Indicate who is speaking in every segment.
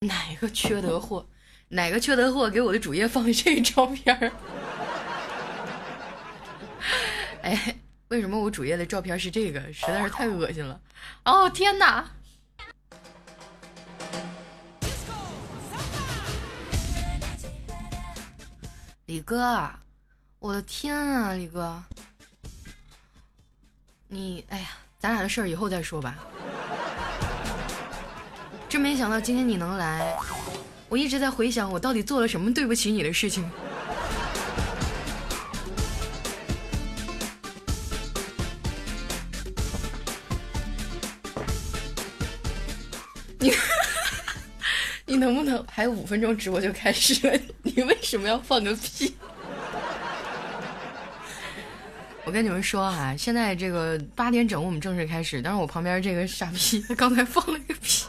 Speaker 1: 哪个缺德货，哪个缺德货给我的主页放这照片儿？ 哎，为什么我主页的照片是这个？实在是太恶心了！哦天哪！李哥，我的天啊，李哥，你哎呀，咱俩的事儿以后再说吧。真没想到今天你能来，我一直在回想我到底做了什么对不起你的事情。你 你能不能还有五分钟直播就开始了？你为什么要放个屁？ 我跟你们说啊，现在这个八点整我们正式开始，但是我旁边这个傻逼 他刚才放了个屁。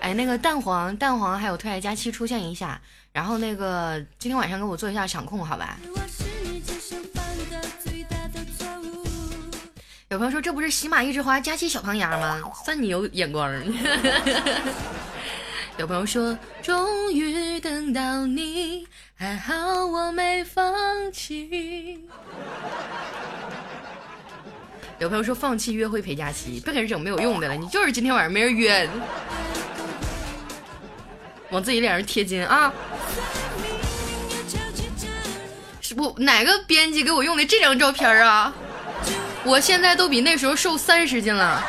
Speaker 1: 哎，那个蛋黄、蛋黄还有特爱佳期出现一下，然后那个今天晚上给我做一下场控，好吧？有朋友说这不是喜马一枝花佳期小胖丫吗？算你有眼光儿。 有朋友说终于等到你，还好我没放弃。有朋友说放弃约会陪佳期，别给人整没有用的了，你就是今天晚上没人约，往自己脸上贴金啊！是不哪个编辑给我用的这张照片啊？我现在都比那时候瘦三十斤了。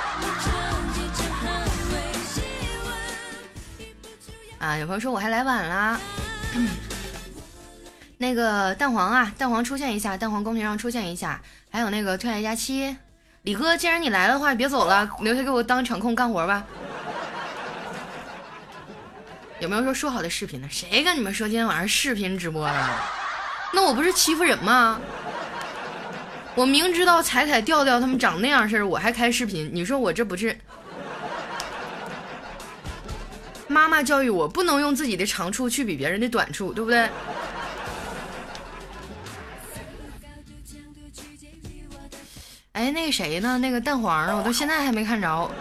Speaker 1: 啊，有朋友说我还来晚啦、嗯。 那个蛋黄啊，蛋黄出现一下，蛋黄公屏上出现一下，还有那个特爱佳期，李哥，既然你来了的话，别走了，留下给我当场控干活吧。有没有说说好的视频呢？谁跟你们说今天晚上视频直播了？那我不是欺负人吗？我明知道彩彩、调调他们长那样式儿，我还开视频，你说我这不是？妈妈教育我不能用自己的长处去比别人的短处，对不对？哎，那个谁呢？那个蛋黄呢？我到现在还没看着。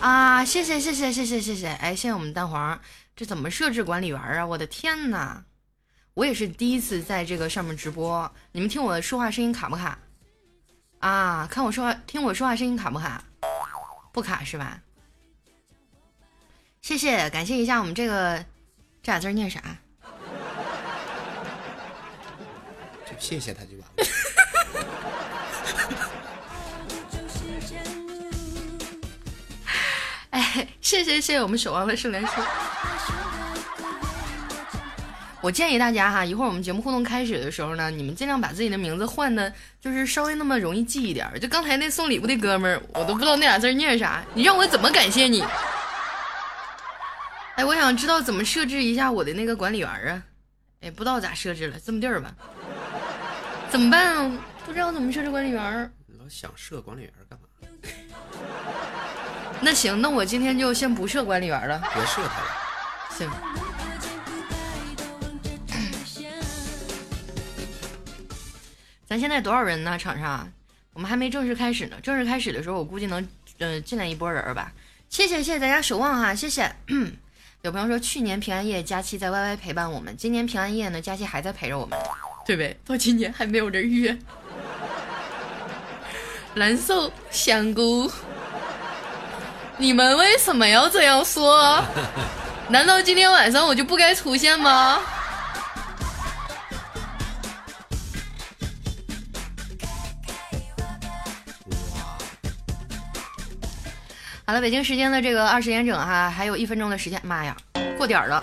Speaker 1: 啊，谢谢谢谢谢谢谢谢！哎，谢谢我们蛋黄，这怎么设置管理员啊？我的天呐！我也是第一次在这个上面直播，你们听我说话声音卡不卡？啊，看我说话，听我说话声音卡不卡？不卡是吧？谢谢，感谢一下我们这个这俩字念啥？
Speaker 2: 就谢谢他就完了。
Speaker 1: 哎，谢谢谢谢我们守望的圣莲树。我建议大家哈，一会儿我们节目互动开始的时候呢，你们尽量把自己的名字换的，就是稍微那么容易记一点。就刚才那送礼物的哥们儿，我都不知道那俩字念啥，你让我怎么感谢你？哎，我想知道怎么设置一下我的那个管理员啊？哎，不知道咋设置了，这么地儿吧？怎么办、啊？不知道怎么设置管理员。
Speaker 2: 老想设管理员干嘛？
Speaker 1: 那行，那我今天就先不设管理员了。
Speaker 2: 别设他了。
Speaker 1: 行。咱现在多少人呢？场上，啊我们还没正式开始呢。正式开始的时候，我估计能，呃，进来一波人吧。谢谢，谢谢大家守望哈，谢 谢。有朋友说，去年平安夜佳期在 YY 陪伴我们，今年平安夜呢，佳期还在陪着我们，对呗？到今年还没有人约。蓝瘦香菇，你们为什么要这样说？啊难道今天晚上我就不该出现吗？好了，北京时间的这个二十点整哈，还有一分钟的时间，妈呀，过点儿了。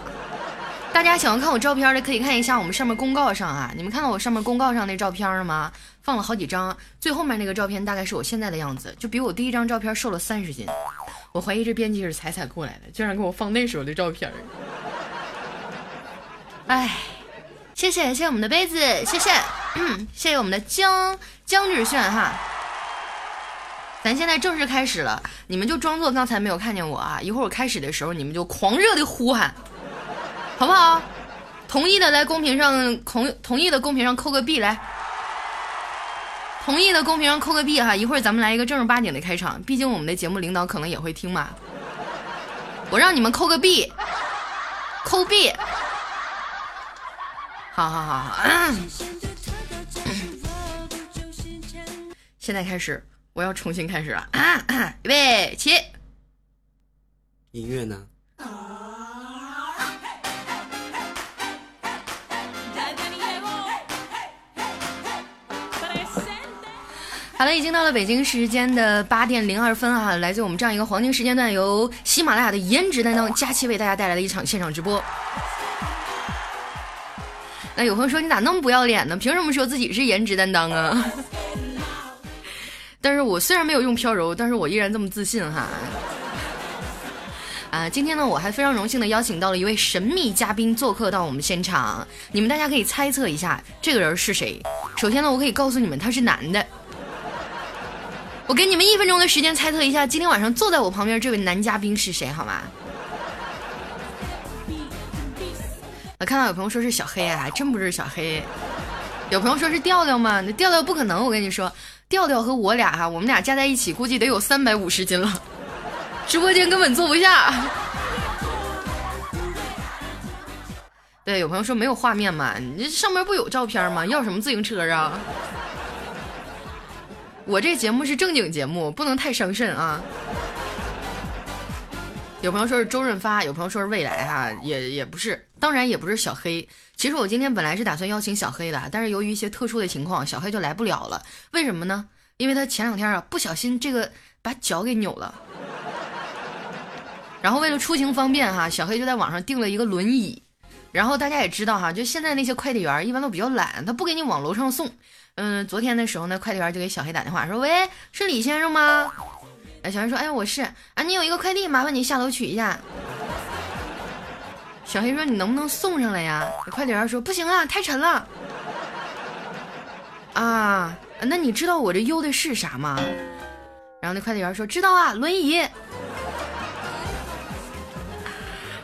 Speaker 1: 大家想要看我照片的，可以看一下我们上面公告上啊。你们看到我上面公告上那照片了吗？放了好几张，最后面那个照片大概是我现在的样子，就比我第一张照片瘦了三十斤。我怀疑这编辑是彩彩过来的，居然给我放那时候的照片。哎，谢谢谢谢我们的杯子，谢谢、嗯、谢谢我们的江江志炫哈。咱现在正式开始了，你们就装作刚才没有看见我啊！一会儿我开始的时候，你们就狂热的呼喊，好不好？同意的在公屏上同同意的公屏上扣个 B 来，同意的公屏上扣个币哈，一会儿咱们来一个正儿八经的开场，毕竟我们的节目领导可能也会听嘛。我让你们扣个币，扣币。好好好啊好，现在开始，我要重新开始了。啊预备起，
Speaker 3: 音乐呢？
Speaker 1: 好了，已经到了北京时间的八点零二分啊，来自我们这样一个黄金时间段，由喜马拉雅的颜值担当佳期为大家带来的一场现场直播。那有朋友说你咋那么不要脸呢？凭什么说自己是颜值担当啊？ 但是我虽然没有用飘柔，但是我依然这么自信哈。啊，今天呢，我还非常荣幸的邀请到了一位神秘嘉宾做客到我们现场，你们大家可以猜测一下这个人是谁。首先呢，我可以告诉你们他是男的。我给你们一分钟的时间猜测一下，今天晚上坐在我旁边这位男嘉宾是谁，好吗？我看到有朋友说是小黑啊，还真不是小黑。有朋友说是调调吗？那调调不可能，我跟你说，调调和我俩哈、啊我们俩加在一起估计得有三百五十斤了，直播间根本坐不下。对，有朋友说没有画面嘛？你这上面不有照片吗？要什么自行车啊？我这节目是正经节目，不能太伤肾啊。有朋友说是周润发，有朋友说是未来哈、也也不是，当然也不是小黑。其实我今天本来是打算邀请小黑的，但是由于一些特殊的情况，小黑就来不了了。为什么呢？因为他前两天啊不小心这个把脚给扭了，然后为了出行方便哈、小黑就在网上订了一个轮椅。然后大家也知道哈，就现在那些快递员儿一般都比较懒，他不给你往楼上送。嗯，昨天的时候呢，快递员就给小黑打电话说：“喂，是李先生吗？”哎，小黑说：“哎，我是啊，你有一个快递，麻烦你下楼取一下。”小黑说：“你能不能送上来呀？”快递员说：“不行啊，太沉了。”啊，那你知道我这邮的是啥吗？然后那快递员说：“知道啊，轮椅。”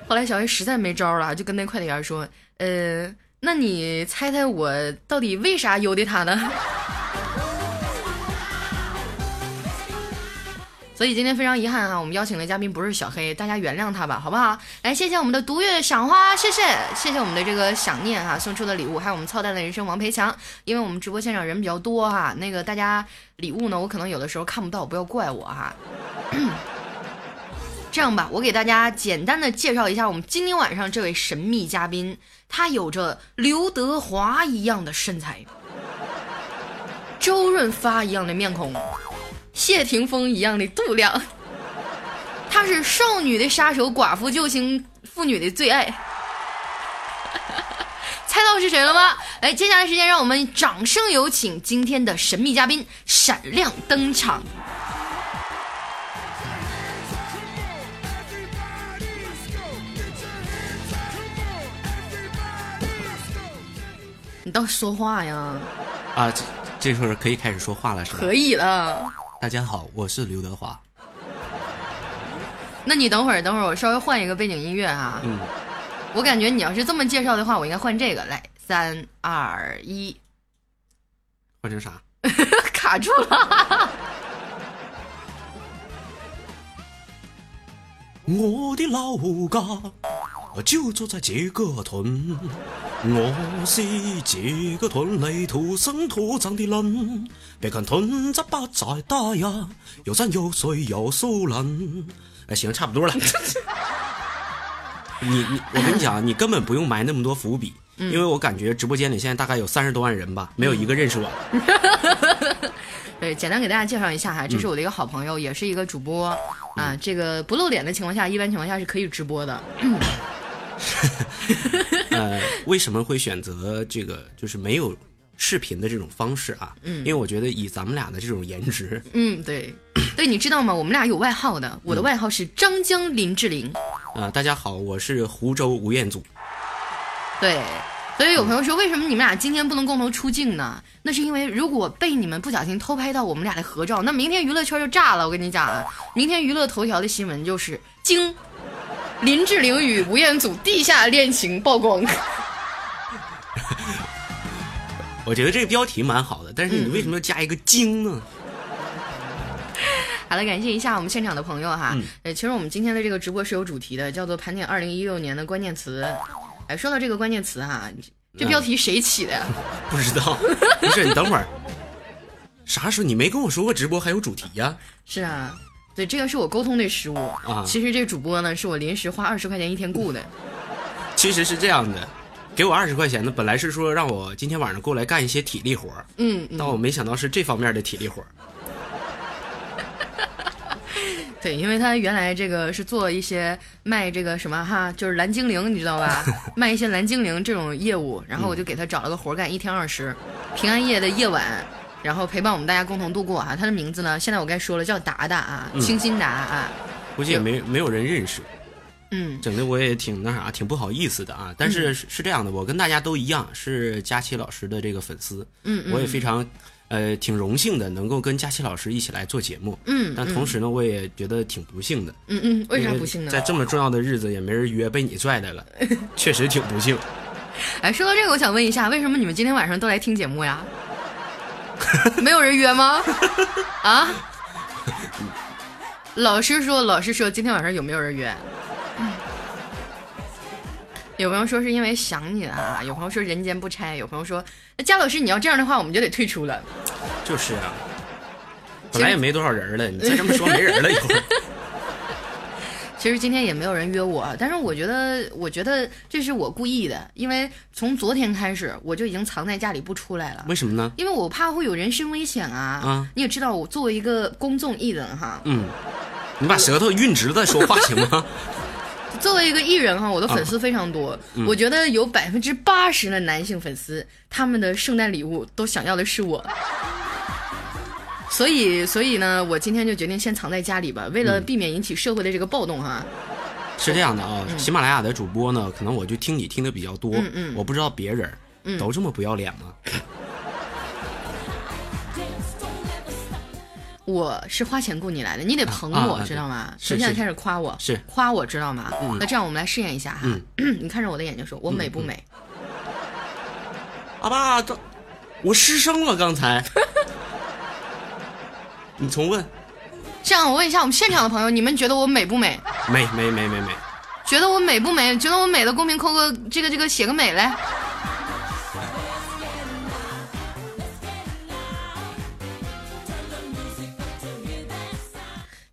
Speaker 1: 后来小黑实在没招了，就跟那快递员说：“呃，那你猜猜我到底为啥邮的他呢？” 所以今天非常遗憾啊哈、我们邀请的嘉宾不是小黑，大家原谅他吧，好不好？来，谢谢我们的独月赏花，谢谢，谢谢我们的这个想念哈、送出的礼物，还有我们操蛋的人生王培强，因为我们直播现场人比较多哈、那个大家礼物呢，我可能有的时候看不到，不要怪我啊哈、这样吧，我给大家简单的介绍一下我们今天晚上这位神秘嘉宾，他有着刘德华一样的身材，周润发一样的面孔，谢霆锋一样的度量，他是少女的杀手、寡妇救星、妇女的最爱。 猜到是谁了吗？来，接下来时间让我们掌声有请今天的神秘嘉宾闪亮登场。你倒是说话呀！
Speaker 3: 啊，这这会儿可以开始说话了是吧？
Speaker 1: 可以了。
Speaker 3: 大家好，我是刘德华。
Speaker 1: 那你等会儿，等会儿我稍微换一个背景音乐啊。
Speaker 3: 嗯，
Speaker 1: 我感觉你要是这么介绍的话，我应该换这个。来，三二一，
Speaker 3: 换成啥？
Speaker 1: 卡住了。
Speaker 3: 我的老家就住在杰各屯，我是杰各屯里土生土长的人。别看屯子不咋大呀，有山有水有树林。哎，行，差不多了。你你，我跟你讲，你根本不用埋那么多伏笔，因为我感觉直播间里现在大概有三十多万人吧，没有一个认识我。
Speaker 1: 对，简单给大家介绍一下哈，这是我的一个好朋友，也是一个主播啊。这个不露脸的情况下，一般情况下是可以直播的。
Speaker 3: 呃，为什么会选择这个就是没有视频的这种方式啊？嗯，因为我觉得以咱们俩的这种颜值，
Speaker 1: 嗯，对，对，你知道吗？我们俩有外号的，我的外号是张江林志玲。
Speaker 3: 啊、大家好，我是湖州吴彦祖。
Speaker 1: 对，所以有朋友说，为什么你们俩今天不能共同出镜呢？那是因为如果被你们不小心偷拍到我们俩的合照，那明天娱乐圈就炸了。我跟你讲啊，明天娱乐头条的新闻就是经林志玲与吴彦祖地下恋情曝光。
Speaker 3: 我觉得这个标题蛮好的，但是你为什么要加一个“精”呢？
Speaker 1: 好了，感谢一下我们现场的朋友哈。呃，其实我们今天的这个直播是有主题的，叫做盘点二零一六年的关键词。哎，说到这个关键词哈，这标题谁起的呀？
Speaker 3: 不知 道。不是你等会儿，啥时候你没跟我说过直播还有主题呀、
Speaker 1: 是啊，对，这个是我沟通的失误。
Speaker 3: 啊
Speaker 1: 其实这主播呢，是我临时花二十块钱一天雇的。
Speaker 3: 其实是这样的，给我二十块钱的，本来是说让我今天晚上过来干一些体力活儿，
Speaker 1: 嗯，嗯
Speaker 3: 但我没想到是这方面的体力活儿。
Speaker 1: 对，因为他原来这个是做一些卖这个什么哈，就是蓝精灵，你知道 吧？卖一些蓝精灵这种业务，然后我就
Speaker 3: 嗯
Speaker 1: 给他找了个活儿干，一天二十，平安夜的夜晚，然后陪伴我们大家共同度过啊。他的名字呢，现在我该说了，叫达达啊，
Speaker 3: 嗯
Speaker 1: 清新达啊，
Speaker 3: 估计也没没有人认识，
Speaker 1: 嗯
Speaker 3: 整的我也挺那啥，挺不好意思的啊。但是是是这样的，我跟大家都一样，是佳琪老师的这个粉丝，
Speaker 1: 嗯嗯
Speaker 3: 我也非常，呃，挺荣幸的能够跟佳琪老师一起来做节目。
Speaker 1: 嗯
Speaker 3: 但同时呢，我也觉得挺不幸的。
Speaker 1: 嗯嗯，为啥不幸呢
Speaker 3: 在？这么重要的日子也没人约，被你 拽来了，确实挺不幸。
Speaker 1: 哎，说到这个，我想问一下，为什么你们今天晚上都来听节目呀？ 没有人约吗？啊？老师说，老师说，今天晚上有没有人约？嗯有朋友说是因为想你了啊，有朋友说人间不拆，有朋友说那佳老师你要这样的话，我们就得退出了。
Speaker 3: 就是啊，本来也没多少人了，你再这么说没人了以后，
Speaker 1: 其实今天也没有人约我，但是我觉得，我觉得这是我故意的，因为从昨天开始我就已经藏在家里不出来了。
Speaker 3: 为什么呢？
Speaker 1: 因为我怕会有人身危险啊！
Speaker 3: 啊
Speaker 1: 你也知道，我作为一个公众艺人哈，
Speaker 3: 嗯，你把舌头运直再说话行吗？
Speaker 1: 作为一个艺人哈，我的粉丝非常多，
Speaker 3: 嗯
Speaker 1: 我觉得有百分之八十的男性粉丝，他们的圣诞礼物都想要的是我。所以，所以呢，我今天就决定先藏在家里吧，为了避免引起社会的这个暴动哈。
Speaker 3: 是这样的啊，喜马拉雅的主播呢，可能我就听你听的比较多，
Speaker 1: 嗯嗯
Speaker 3: 我不知道别人儿、都这么不要脸吗？
Speaker 1: 我是花钱雇你来的，你得捧
Speaker 3: 啊
Speaker 1: 我，
Speaker 3: 啊
Speaker 1: 知道吗？
Speaker 3: 是
Speaker 1: 从现在
Speaker 3: 是
Speaker 1: 开始夸我，
Speaker 3: 是嗯
Speaker 1: 夸我知道吗？那这样我们来试验一下哈， 你看着我的眼睛说，我美不美？
Speaker 3: 阿爸，这我失声了，刚才。 你重问，
Speaker 1: 这样，我问一下我们现场的朋友，你们觉得我美不美？
Speaker 3: 没没没没没，
Speaker 1: 觉得我美不美？觉得我美的公屏扣个这个这个写个美来。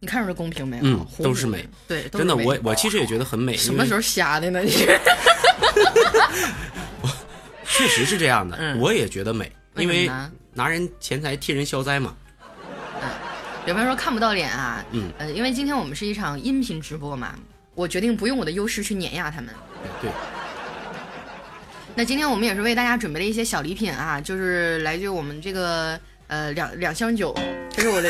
Speaker 1: 你看着这公屏没有？
Speaker 3: 嗯
Speaker 1: 糊糊
Speaker 3: 都是美
Speaker 1: 对，都是
Speaker 3: 真的，
Speaker 1: 美
Speaker 3: 我我其实也觉得很美，
Speaker 1: 什么时
Speaker 3: 候
Speaker 1: 候瞎的呢？你
Speaker 3: 确实是这样的，
Speaker 1: 嗯
Speaker 3: 我也觉得美，因
Speaker 1: 为
Speaker 3: 为
Speaker 1: 什么呢
Speaker 3: 拿人钱财替人消灾嘛。
Speaker 1: 有朋友说看不到脸啊，
Speaker 3: 嗯
Speaker 1: 呃，因为今天我们是一场音频直播嘛，我决定不用我的优势去碾压他们。
Speaker 3: 哎对，
Speaker 1: 那今天我们也是为大家准备了一些小礼品啊，就是来自我们这个呃两两箱酒，这是我的，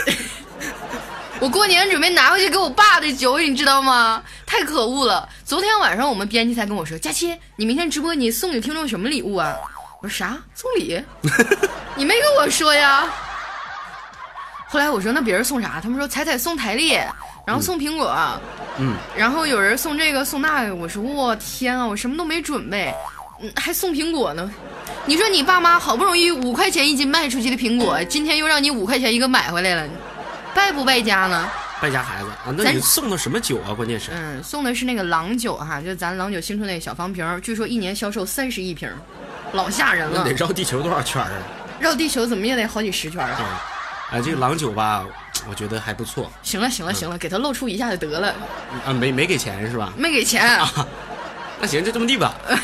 Speaker 1: 我过年准备拿回去给我爸的酒，你知道吗？太可恶了！昨天晚上我们编辑才跟我说，佳期，你明天直播你送给听众什么礼物啊？我说啥送礼？你没跟我说呀？后来我说那别人送啥？他们说彩彩送台历，然后送苹果。啊
Speaker 3: 嗯，
Speaker 1: 然后有人送这个送那个，我说我天啊，我什么都没准备，嗯，还送苹果呢。你说你爸妈好不容易五块钱一斤卖出去的苹果，今天又让你五块钱一个买回来了，败不败家呢？
Speaker 3: 败家孩子啊，那
Speaker 1: 咱
Speaker 3: 你送的什么酒啊？关键是，
Speaker 1: 嗯，送的是那个郎酒哈、就咱郎酒新春那小方瓶儿，据说一年销售三十亿瓶儿，老吓人
Speaker 3: 那
Speaker 1: 了
Speaker 3: 得，绕地球多少圈儿啊？
Speaker 1: 绕地球怎么也得好几十圈儿啊！
Speaker 3: 啊，啊，这个郎酒吧，我觉得还不错
Speaker 1: 行了行了行了，给他露出一下就得了，
Speaker 3: 啊，没没给钱是吧？
Speaker 1: 没给钱。
Speaker 3: 啊那行，就这么地吧。
Speaker 1: 嗯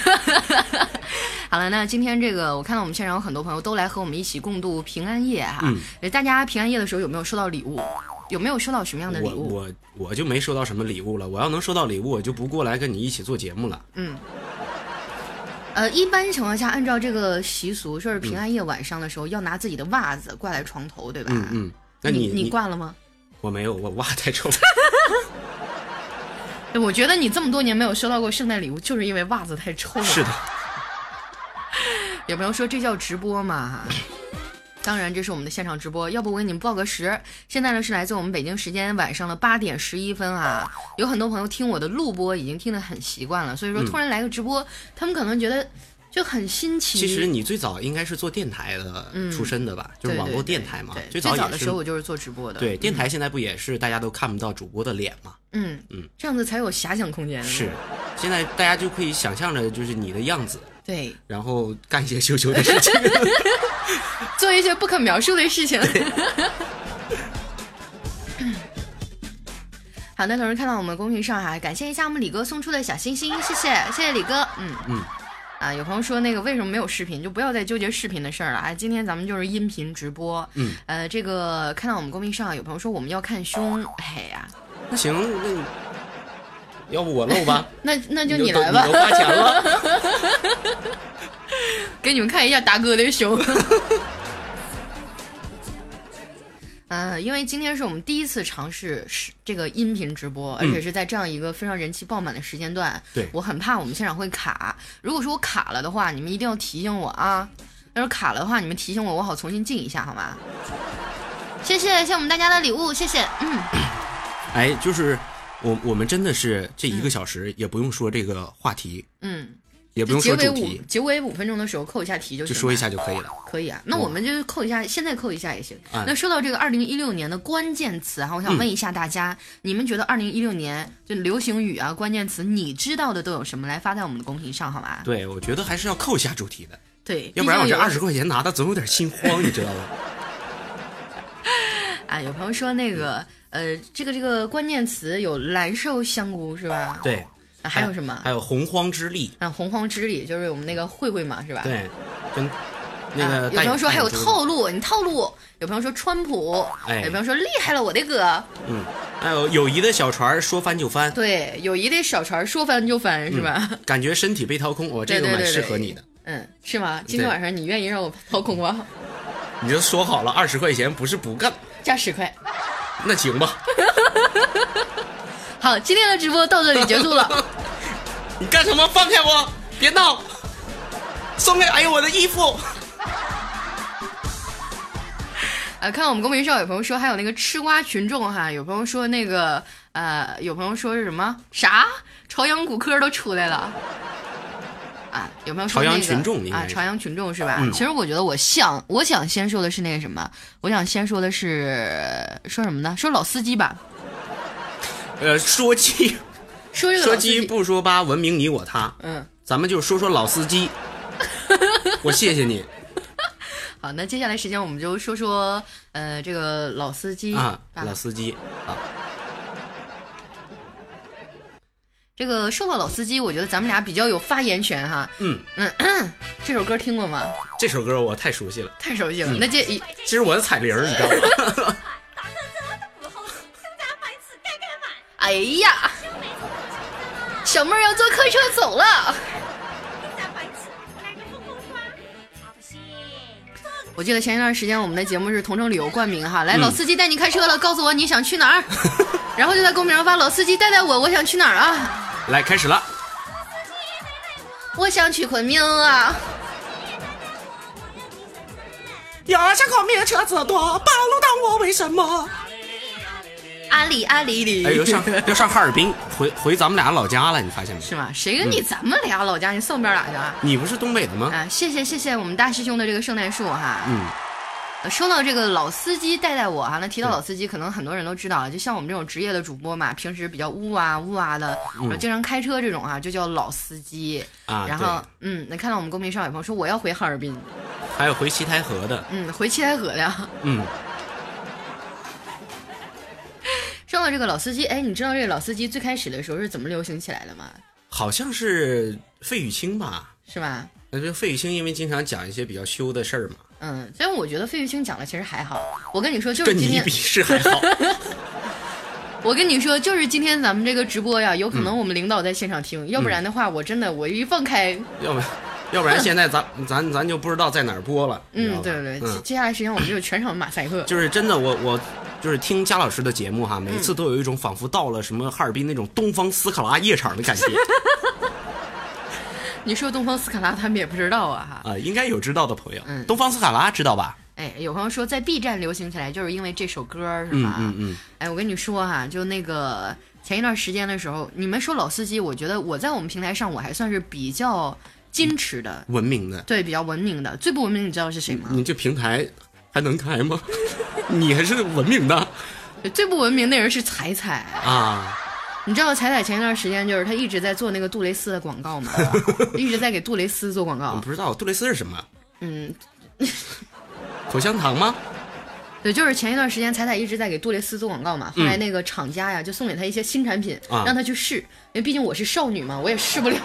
Speaker 1: 好了，那今天这个我看到我们现场有很多朋友都来和我们一起共度平安夜哈、
Speaker 3: 嗯
Speaker 1: 呃大家平安夜的时候有没有收到礼物？有没有收到什么样的礼
Speaker 3: 我
Speaker 1: 物？
Speaker 3: 我我就没收到什么礼物了。我要能收到礼物，我就不过来跟你一起做节目了。
Speaker 1: 嗯。呃，一般情况下，按照这个习俗，说是平安夜晚上的时候、要拿自己的袜子挂在床头，对吧？
Speaker 3: 嗯嗯，那
Speaker 1: 你
Speaker 3: 你
Speaker 1: 挂了吗？
Speaker 3: 我没有，我袜太臭了。
Speaker 1: 哎我觉得你这么多年没有收到过圣诞礼物， 就是因为袜子太臭了。
Speaker 3: 是的，
Speaker 1: 有朋友说这叫直播嘛？当然，这是我们的现场直播，要不我给你们报个时。现在呢是来自我们北京时间晚上的八点十一分啊，
Speaker 3: 嗯
Speaker 1: 有很多朋友听我的录播已经听得很习惯了，所以说突然来个直播，他们可能觉得就很新奇。
Speaker 3: 其实你最早应该是做电台的出身的吧，就是
Speaker 1: 嗯对
Speaker 3: 网
Speaker 1: 对
Speaker 3: 络
Speaker 1: 对
Speaker 3: 电台嘛
Speaker 1: 对。
Speaker 3: 最
Speaker 1: 最早
Speaker 3: 也
Speaker 1: 的
Speaker 3: 是
Speaker 1: 时候我就是嗯做直播的。
Speaker 3: 对，电台现在不也是大家都看不到主播的脸嘛？
Speaker 1: 嗯
Speaker 3: 嗯，
Speaker 1: 这样子才有遐想空间。
Speaker 3: 是，现在大家就可以想象着就是你的样子，
Speaker 1: 对，
Speaker 3: 然后干一些羞羞的事 情。
Speaker 1: 做一些不可描述的事情。 好的，同时看到我们公屏上哈，感谢一下我们李哥送出的小心心，谢谢谢谢李哥，嗯
Speaker 3: 嗯。
Speaker 1: 啊，有朋友说那个为什么没有视频，就不要再纠结视频的事儿了啊！今天咱们就是音频直播，
Speaker 3: 嗯，
Speaker 1: 呃，这个看到我们公屏上有朋友说我们要看胸，哎呀，
Speaker 3: 那行，那你要不我露吧？
Speaker 1: 那 那就
Speaker 3: 你
Speaker 1: 你来
Speaker 3: 都
Speaker 1: 吧
Speaker 3: 你，都花钱了，
Speaker 1: 给你们看一下达哥的 胸。呃，因为今天是我们第一次尝试是这个音频直播，而且是在这样一个非常人气爆满的时间段。
Speaker 3: 嗯对
Speaker 1: 我很怕我们现场会卡。如果说我卡了的话，你们一定要提醒我啊。要是卡了的话，你们提醒我，我好重新进一下，好吗？谢谢，谢谢我们大家的礼物，谢谢。嗯，
Speaker 3: 哎，就是我我们真的是这一个小时也不用说这个话题，
Speaker 1: 嗯，
Speaker 3: 也不用
Speaker 1: 结
Speaker 3: 说
Speaker 1: 尾
Speaker 3: 主
Speaker 1: 五
Speaker 3: 题，
Speaker 1: 结尾五分钟的时候扣一下题就行
Speaker 3: 就
Speaker 1: 了
Speaker 3: 说一下就可以了。
Speaker 1: 可以啊，那我们就扣一下，现在扣一下也行。
Speaker 3: 啊
Speaker 1: 那说到这个二零一六年的关键词哈，我想问一下大
Speaker 3: 嗯
Speaker 1: 家，你们觉得二零一六年就流行语啊、关键词，你知道的都有什么？来发在我们的公屏上，好吗？
Speaker 3: 对，我觉得还是要扣一下主题的，
Speaker 1: 对，
Speaker 3: 要不然我
Speaker 1: 毕
Speaker 3: 这
Speaker 1: 竟有
Speaker 3: 二十块钱拿的总有点心慌，你知道吗？
Speaker 1: 啊，有朋友说那个呃，这个这个关键词有蓝瘦香菇是吧？
Speaker 3: 对，
Speaker 1: 啊，还有什么
Speaker 3: 还？有洪荒之力，
Speaker 1: 啊，洪荒之力就是我们那个慧慧嘛，是吧？。
Speaker 3: 对，跟那个
Speaker 1: 啊、有
Speaker 3: 戴
Speaker 1: 朋友说还有，
Speaker 3: 戴眼
Speaker 1: 套路，你套路。有朋友说川普，
Speaker 3: 哎
Speaker 1: 有朋友说厉害了，我的哥。
Speaker 3: 镜嗯，还有友谊的小船说翻就翻，
Speaker 1: 对，友谊的小船说翻就翻，是吧？
Speaker 3: 感觉身体被掏空，我这个
Speaker 1: 对对
Speaker 3: 蛮
Speaker 1: 对
Speaker 3: 适
Speaker 1: 对
Speaker 3: 合你的。
Speaker 1: 嗯，是吗？今天
Speaker 3: 对
Speaker 1: 晚上你愿意让我掏空吗？
Speaker 3: 你就说好了，二十块钱不是不干，
Speaker 1: 加十块。
Speaker 3: 那行吧，
Speaker 1: 好，今天的直播到这里结束了。
Speaker 3: 你干什么？放开我，别闹！送给哎呦我的衣服，
Speaker 1: 啊，看我们公屏上有朋友说，还有那个吃瓜群众哈，有朋友说那个呃，有朋友说是什么啥朝阳骨科都出来了。啊，有没有说
Speaker 3: 朝
Speaker 1: 那
Speaker 3: 阳
Speaker 1: 个
Speaker 3: 群众应该
Speaker 1: 啊？
Speaker 3: 是嗯
Speaker 1: 朝阳群众是吧？其实我觉得，我想我想先说的是那个什么，我想先说的是说什么呢？说老司机吧，
Speaker 3: 呃，说 鸡
Speaker 1: 说这个
Speaker 3: 说
Speaker 1: 老司
Speaker 3: 鸡
Speaker 1: 机，
Speaker 3: 不说八，文明你我他，
Speaker 1: 嗯，
Speaker 3: 咱们就说说老司 机。我谢谢你
Speaker 1: 好，那接下来时间我们就说说呃这个老司机
Speaker 3: 啊，
Speaker 1: 吧
Speaker 3: 老司机，
Speaker 1: 这个说到老司机，我觉得咱们俩比较有发言权哈。
Speaker 3: 嗯
Speaker 1: 嗯，这首歌听过吗？
Speaker 3: 这首歌我太熟悉了，
Speaker 1: 太熟悉了。那这一
Speaker 3: 这是我的彩铃儿，你知道吗？
Speaker 1: 哎呀，小妹儿要坐客车走了。我记得前一段时间我们的节目是同城旅游冠名
Speaker 3: 嗯
Speaker 1: 哈，来、老司机带你开车了，告诉我你想去哪 儿，然后就在公屏上发老司机带带我，我想去哪儿啊？
Speaker 3: 来，开始了。
Speaker 1: 我想去昆明啊。
Speaker 3: 有人想孔明的车子多，八路党我为什么？
Speaker 1: 阿里阿里里，
Speaker 3: 哎，要 上要上哈尔滨，回回咱们俩老家了，你发现没？
Speaker 1: 是吗？谁跟你
Speaker 3: 嗯
Speaker 1: 咱们俩老家，你送边儿俩去啊？
Speaker 3: 你不是东北的吗？
Speaker 1: 啊，谢谢谢谢我们大师兄的这个圣诞树哈。
Speaker 3: 嗯，
Speaker 1: 呃说到这个老司机带带我啊，那提到老司机，可能很多人都知道啊，就像我们这种职业的主播嘛，平时比较呜啊呜啊的，然后经常开车这种啊，就叫老司机。
Speaker 3: 嗯啊
Speaker 1: 然后嗯，那看到我们公屏上有朋友说我要回哈尔滨，
Speaker 3: 还有回西台河的，
Speaker 1: 嗯，回七台河的。
Speaker 3: 嗯，
Speaker 1: 说到这个老司机，哎，你知道这个老司机最开始的时候是怎么流行起来的吗？
Speaker 3: 好像是费玉清吧？
Speaker 1: 是吧？
Speaker 3: 那就费玉清，因为经常讲一些比较羞的事儿嘛，
Speaker 1: 嗯，虽然我觉得费玉清讲的其实还好，我跟你说，就是
Speaker 3: 跟你
Speaker 1: 今
Speaker 3: 一
Speaker 1: 天
Speaker 3: 比是还好。
Speaker 1: 我跟你说，就是今天咱们这个直播呀，有可
Speaker 3: 嗯
Speaker 1: 能我们领导在现场听，要不然的话，我真的我一放开，
Speaker 3: 要不然，要不然现在咱咱咱就不知道在哪儿播了。你知道
Speaker 1: 嗯，
Speaker 3: 吧
Speaker 1: 对对对，接
Speaker 3: 嗯，
Speaker 1: 接下来时间我们就全场马赛克。
Speaker 3: 就是真的，我我就是听佳老师的节目哈，每
Speaker 1: 嗯
Speaker 3: 次都有一种仿佛到了什么哈尔滨那种东方斯卡拉夜场的感觉
Speaker 1: 你说东方斯卡拉，他们也不知道啊哈。
Speaker 3: 啊、应该有知道的朋友，
Speaker 1: 嗯
Speaker 3: 东方斯卡拉知道吧？
Speaker 1: 哎，有朋友说在 B 站流行起来，就是因为这首歌儿是吧？
Speaker 3: 嗯嗯
Speaker 1: 哎，我跟你说哈、就那个前一段时间的时候，你们说老司机，我觉得我在我们平台上我还算是比较矜持的，
Speaker 3: 文明的，
Speaker 1: 对，比较文明的。最不文明，你知道是谁吗？
Speaker 3: 你这平台还能开吗？ 你还是文明的
Speaker 1: 最不文明的人是彩彩。
Speaker 3: 啊！
Speaker 1: 你知道彩彩前一段时间就是她一直在做那个杜蕾斯的广告吗？一直在给杜蕾斯做广
Speaker 3: 我
Speaker 1: 告。
Speaker 3: 不知道杜蕾斯是什么，
Speaker 1: 嗯，
Speaker 3: 口香糖吗？
Speaker 1: 对，就是前一段时间彩彩一直在给杜蕾斯做广告嘛，后来那个厂家呀就送给她一些新产品，
Speaker 3: 啊
Speaker 1: 让她去试，因为毕竟我是少女嘛，我也试不了。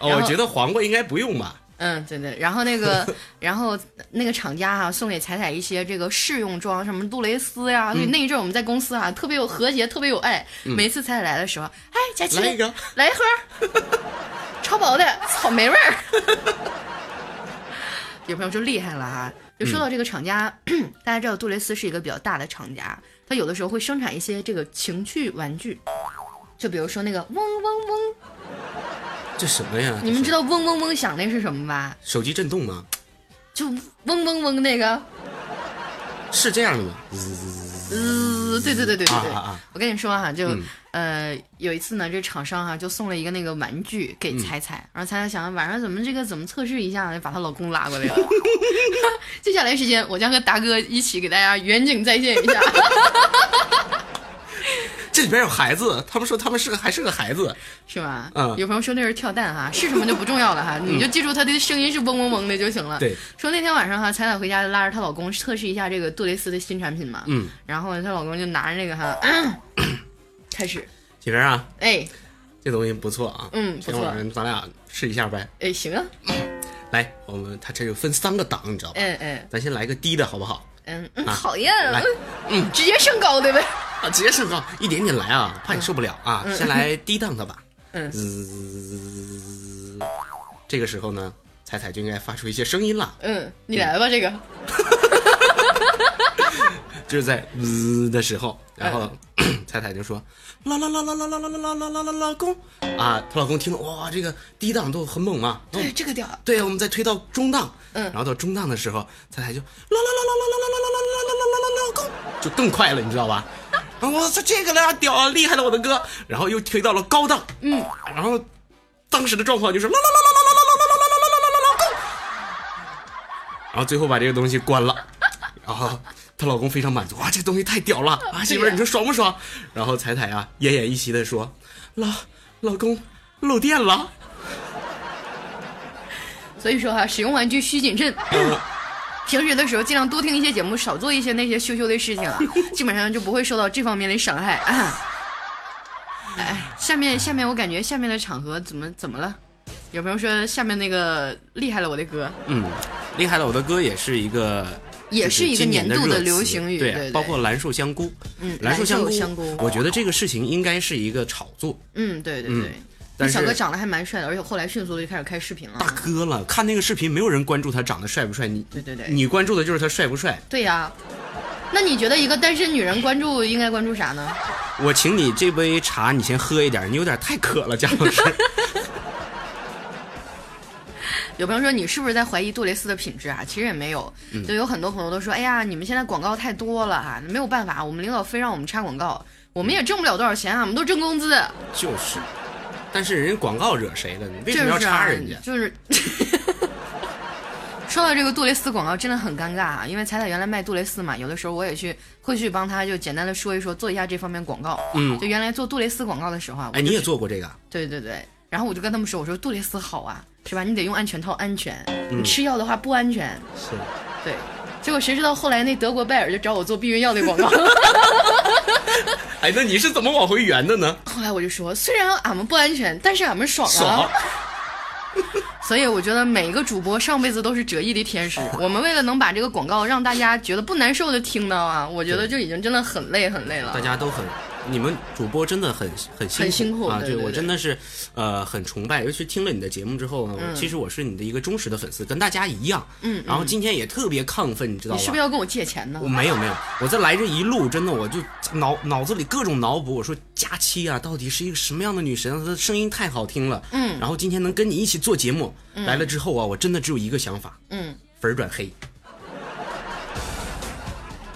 Speaker 3: 哦，
Speaker 1: 然后
Speaker 3: 我觉得黄瓜应该不用吧？
Speaker 1: 嗯，对对，然后那 个，然后那个厂家哈、送给彩彩一些这个试用装，什么杜蕾斯呀、
Speaker 3: 嗯
Speaker 1: 所以那一阵儿我们在公司哈、特别有和谐，特别有爱。每次彩彩来的时候，哎，佳琪，
Speaker 3: 来一个，
Speaker 1: 来一盒儿，超薄的草莓味儿。 有朋友说厉害了哈、就说到这个厂家， 大家知道杜蕾斯是一个比较大的厂家，它有的时候会生产一些这个情趣玩具，就比如说那个嗡嗡嗡，
Speaker 3: 这什么呀？
Speaker 1: 你们知道嗡嗡嗡响那是什么吧？
Speaker 3: 手机震动吗？
Speaker 1: 就嗡嗡嗡那个，
Speaker 3: 是这样的吗？滋
Speaker 1: 呃，对对对对对对，
Speaker 3: 啊啊啊
Speaker 1: 我跟你说哈、就、呃有一次呢，这厂商哈、就送了一个那个玩具
Speaker 3: 嗯
Speaker 1: 给彩彩，然后彩彩想晚上怎么这个怎么测试一下呢，把她老公拉过 来了。接下来时间，我将和达哥一起给大家远景再现一下。
Speaker 3: 这里边有孩子，他们说他们是个还是个孩子，
Speaker 1: 是吧？
Speaker 3: 嗯
Speaker 1: 有朋友说那是跳蛋哈，是什么就不重要了哈，你就记住它的声音是嗡嗡嗡的就行了。
Speaker 3: 对，
Speaker 1: 说那天晚上哈，彩彩回家拉着她老公测试一下这个杜蕾斯的新产品嘛，
Speaker 3: 嗯，
Speaker 1: 然后她老公就拿着那个哈， 开始，
Speaker 3: 姐妹啊，
Speaker 1: 哎
Speaker 3: 这东西不错啊，
Speaker 1: 嗯不错
Speaker 3: 今晚上咱俩试一下呗。
Speaker 1: 哎行啊，
Speaker 3: 来，我们它这有分三个档，你知道吧？
Speaker 1: 哎哎
Speaker 3: 咱先来个低的好不好？
Speaker 1: 嗯嗯，
Speaker 3: 啊
Speaker 1: 讨厌啊
Speaker 3: 来，
Speaker 1: 嗯，直接升高的呗，
Speaker 3: 啊，直接升高，一点点来啊，怕你受不了啊，先来低档的吧。
Speaker 1: 嗯
Speaker 3: 滋这个时候呢，彩彩就应该发出一些声音了，
Speaker 1: 嗯，你来吧这个，
Speaker 3: 就是在滋的时候，然后彩彩就说啦啦啦啦啦啦啦啦啦啦啦啦老公啊，她老公听了哇，这个低档都很猛嘛，
Speaker 1: 对这个调，
Speaker 3: 对，我们再推到中档，
Speaker 1: 嗯
Speaker 3: 然后到中档的时候，彩彩就啦啦啦啦啦啦啦啦啦啦啦啦啦啦啦啦，就更快了，你知道吧？啊，我操，这个啦，屌啊，厉害了我的哥！然后又推到了高档，嗯，然后当时的状况就是啦啦啦啦啦啦啦啦啦啦啦啦啦啦啦啦，然后最后把这个东西关了，然后。她老公非常满足，哇，这东西太屌了啊！媳妇儿，你说爽不爽？然后彩彩啊，奄奄一息的说：“老老公，漏电了。”
Speaker 1: 所以说哈，使用玩具需谨慎。
Speaker 3: 嗯
Speaker 1: 平时的时候尽量多听一些节目，少做一些那些羞羞的事情 啊，基本上就不会受到这方面的伤害啊。哎，下面下面我感觉下面的场合怎么怎么了？有朋友说下面那个厉害了我的哥，
Speaker 3: 嗯，厉害了，我的哥也是一个，
Speaker 1: 也是一个
Speaker 3: 今年
Speaker 1: 年度的
Speaker 3: 的热词
Speaker 1: 流行语
Speaker 3: 对，啊
Speaker 1: 对对
Speaker 3: 包括蓝瘦香菇，
Speaker 1: 嗯
Speaker 3: 蓝瘦香菇，
Speaker 1: 蓝瘦香菇
Speaker 3: 我觉得这个事情应该是一个炒作，
Speaker 1: 嗯，对对
Speaker 3: 嗯
Speaker 1: 对，那
Speaker 3: 但是
Speaker 1: 小哥长得还蛮帅的，而且后来迅速的就开始开视频了
Speaker 3: 大。哥了，看那个视频，没有人关注他长得帅不帅，你
Speaker 1: 嗯对对对
Speaker 3: 你关注的就是他帅不帅。
Speaker 1: 对呀、那你觉得一个单身女人关注应该关注啥呢？
Speaker 3: 我请你这杯茶，你先喝一点，你有点太渴了，贾老 师。
Speaker 1: 有朋友说你是不是在怀疑杜蕾斯的品质啊？其实也没有，
Speaker 3: 嗯
Speaker 1: 就有很多朋友都说，哎呀，你们现在广告太多了哈、没有办法，我们领导非让我们插广告，我们也挣不了多少钱啊，我们都挣工资，
Speaker 3: 就是，但是人家广告惹谁了？你为
Speaker 1: 就
Speaker 3: 什么要
Speaker 1: 是啊
Speaker 3: 插人家？
Speaker 1: 就是。 说到这个杜蕾斯广告真的很尴尬啊，因为彩彩原来卖杜蕾斯嘛，有的时候我也去会去帮她就简单的说一说，做一下这方面广告。
Speaker 3: 嗯
Speaker 1: 就原来做杜蕾斯广告的时候啊，我
Speaker 3: 哎，你也做过这个啊？
Speaker 1: 对对对，然后我就跟他们说，我说杜蕾斯好啊，是吧？你得用安全套，安全。你吃药的话不安全。
Speaker 3: 是。
Speaker 1: 对，结果谁知道后来那德国拜耳就找我做避孕药的广告，
Speaker 3: 哎，那你是怎么往回圆的呢？
Speaker 1: 后来我就说，虽然俺们不安全，但是俺们爽啊。
Speaker 3: 爽。
Speaker 1: 所以我觉得每一个主播上辈子都是折翼的天使，我们为了能把这个广告让大家觉得不难受的听到啊，我觉得就已经真的很累很累了
Speaker 3: 大。家都很，你们主播真的很很辛苦
Speaker 1: 很辛苦
Speaker 3: 啊！
Speaker 1: 对对
Speaker 3: 我
Speaker 1: 对
Speaker 3: 真的是，呃，很崇拜，尤其听了你的节目之后啊，
Speaker 1: 嗯
Speaker 3: 我其实我是你的一个忠实的粉丝，跟大家一样。嗯，然后今天也特别亢奋，你知道
Speaker 1: 你
Speaker 3: 吧？
Speaker 1: 是不是要跟我借钱呢
Speaker 3: 我？没有没有，我在来这一路，真的我就脑脑子里各种脑补，我说佳期啊，到底是一个什么样的女神啊？她的声音太好听了，嗯，然后今天能跟你一起做节目，
Speaker 1: 嗯
Speaker 3: 来了之后啊，我真的只有一个想法，
Speaker 1: 嗯，
Speaker 3: 粉儿转黑。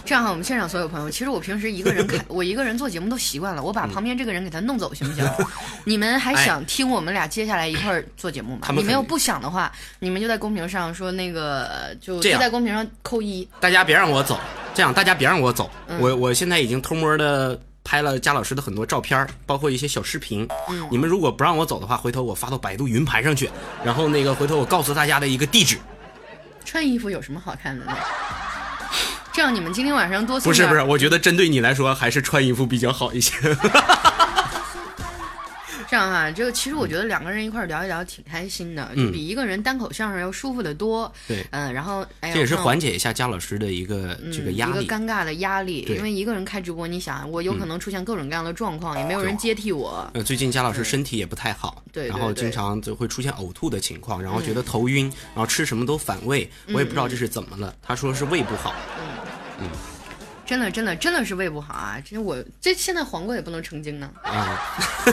Speaker 1: 这样哈，我们现场所有朋友，其实我平时一个人 开，我一个人做节目都习惯了，我
Speaker 3: 嗯
Speaker 1: 把旁边这个人给他弄走行不行？你们还想听我们俩接下来一块儿做节目吗？
Speaker 3: 哎他们
Speaker 1: 你
Speaker 3: 肯
Speaker 1: 们要不想的话，你们就在公屏上说那个，呃就就
Speaker 3: 这样
Speaker 1: 在公屏上扣一。
Speaker 3: 大家别让我走，这样大家别让我走，
Speaker 1: 嗯
Speaker 3: 我我现在已经偷摸的拍了佳老师的很多照片儿，包括一些小视频。
Speaker 1: 嗯
Speaker 3: 你们如果不让我走的话，回头我发到百度云盘上去，然后那个回头我告诉大家的一个地址。
Speaker 1: 穿衣服有什么好看的 呢？这样你们今天晚上多送
Speaker 3: 不是
Speaker 1: 点
Speaker 3: 不是，我觉得针对你来说，还是穿衣服比较好 一些。
Speaker 1: 这样啊哈、这个其实我觉得两个人一块儿聊一聊挺开心的，
Speaker 3: 嗯
Speaker 1: 就比一个人单口相声要舒服的多。
Speaker 3: 对
Speaker 1: 嗯、然后哎呀，
Speaker 3: 这也是
Speaker 1: 像
Speaker 3: 缓解一下佳老师的一个这个
Speaker 1: 嗯
Speaker 3: 压
Speaker 1: 一
Speaker 3: 力
Speaker 1: 个。尴尬的压力。
Speaker 3: 对嗯
Speaker 1: 因为一个人开直播，你想，啊我有可能出现各种各样的状况，也没有人接替我。
Speaker 3: 呃，最近佳老师身体也不太好，
Speaker 1: 对
Speaker 3: 然后
Speaker 1: 对对嗯
Speaker 3: 经常就会出现呕吐的情况，然后觉得头晕，然后吃什么都反胃，我也不知道这是怎么了。他说是胃不好，
Speaker 1: 真的，真的，真的是胃不好啊！这我这现在黄瓜也不能成精呢。
Speaker 3: 啊，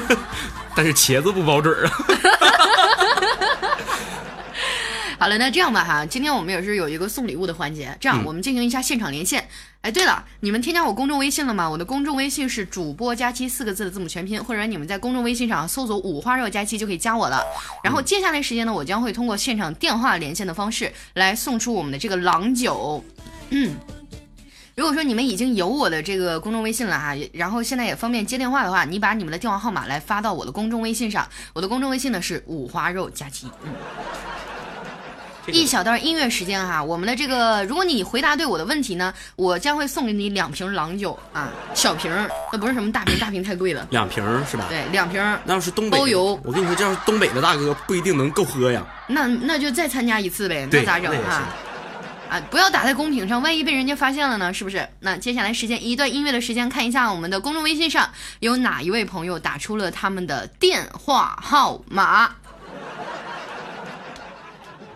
Speaker 3: 但是茄子不保准儿啊。
Speaker 1: 好了，那这样吧哈，今天我们也是有一个送礼物的环节，这样我们进行一下现场连线。哎，对了，你们添加我公众微信了吗？我的公众微信是主播佳期四个字的字母全拼，或者你们在公众微信上搜索“五花肉佳期”就可以加我了。然后接下来时间呢，我将会通过现场电话连线的方式来送出我们的这个郎酒。嗯如果说你们已经有我的这个公众微信了哈，也然后现在也方便接电话的话，你把你们的电话号码来发到我的公众微信上。我的公众微信呢是五花肉佳期。嗯，
Speaker 3: 这个
Speaker 1: 一小段音乐时间哈，我们的这个，如果你回答对我的问题呢，我将会送给你两瓶郎酒啊，小瓶儿，那不是什么大瓶，大瓶太贵了。
Speaker 3: 两瓶儿是吧？
Speaker 1: 对，两瓶儿，
Speaker 3: 那要是东北的
Speaker 1: 包邮
Speaker 3: 我跟你说，这要是东北的大哥不一定能够喝呀。
Speaker 1: 那那就再参加一次呗，那
Speaker 3: 对
Speaker 1: 咋整
Speaker 3: 那也
Speaker 1: 啊？啊，不要打在公屏上，万一被人家发现了呢，是不是？那接下来时间一段音乐的时间，看一下我们的公众微信上有哪一位朋友打出了他们的电话号码。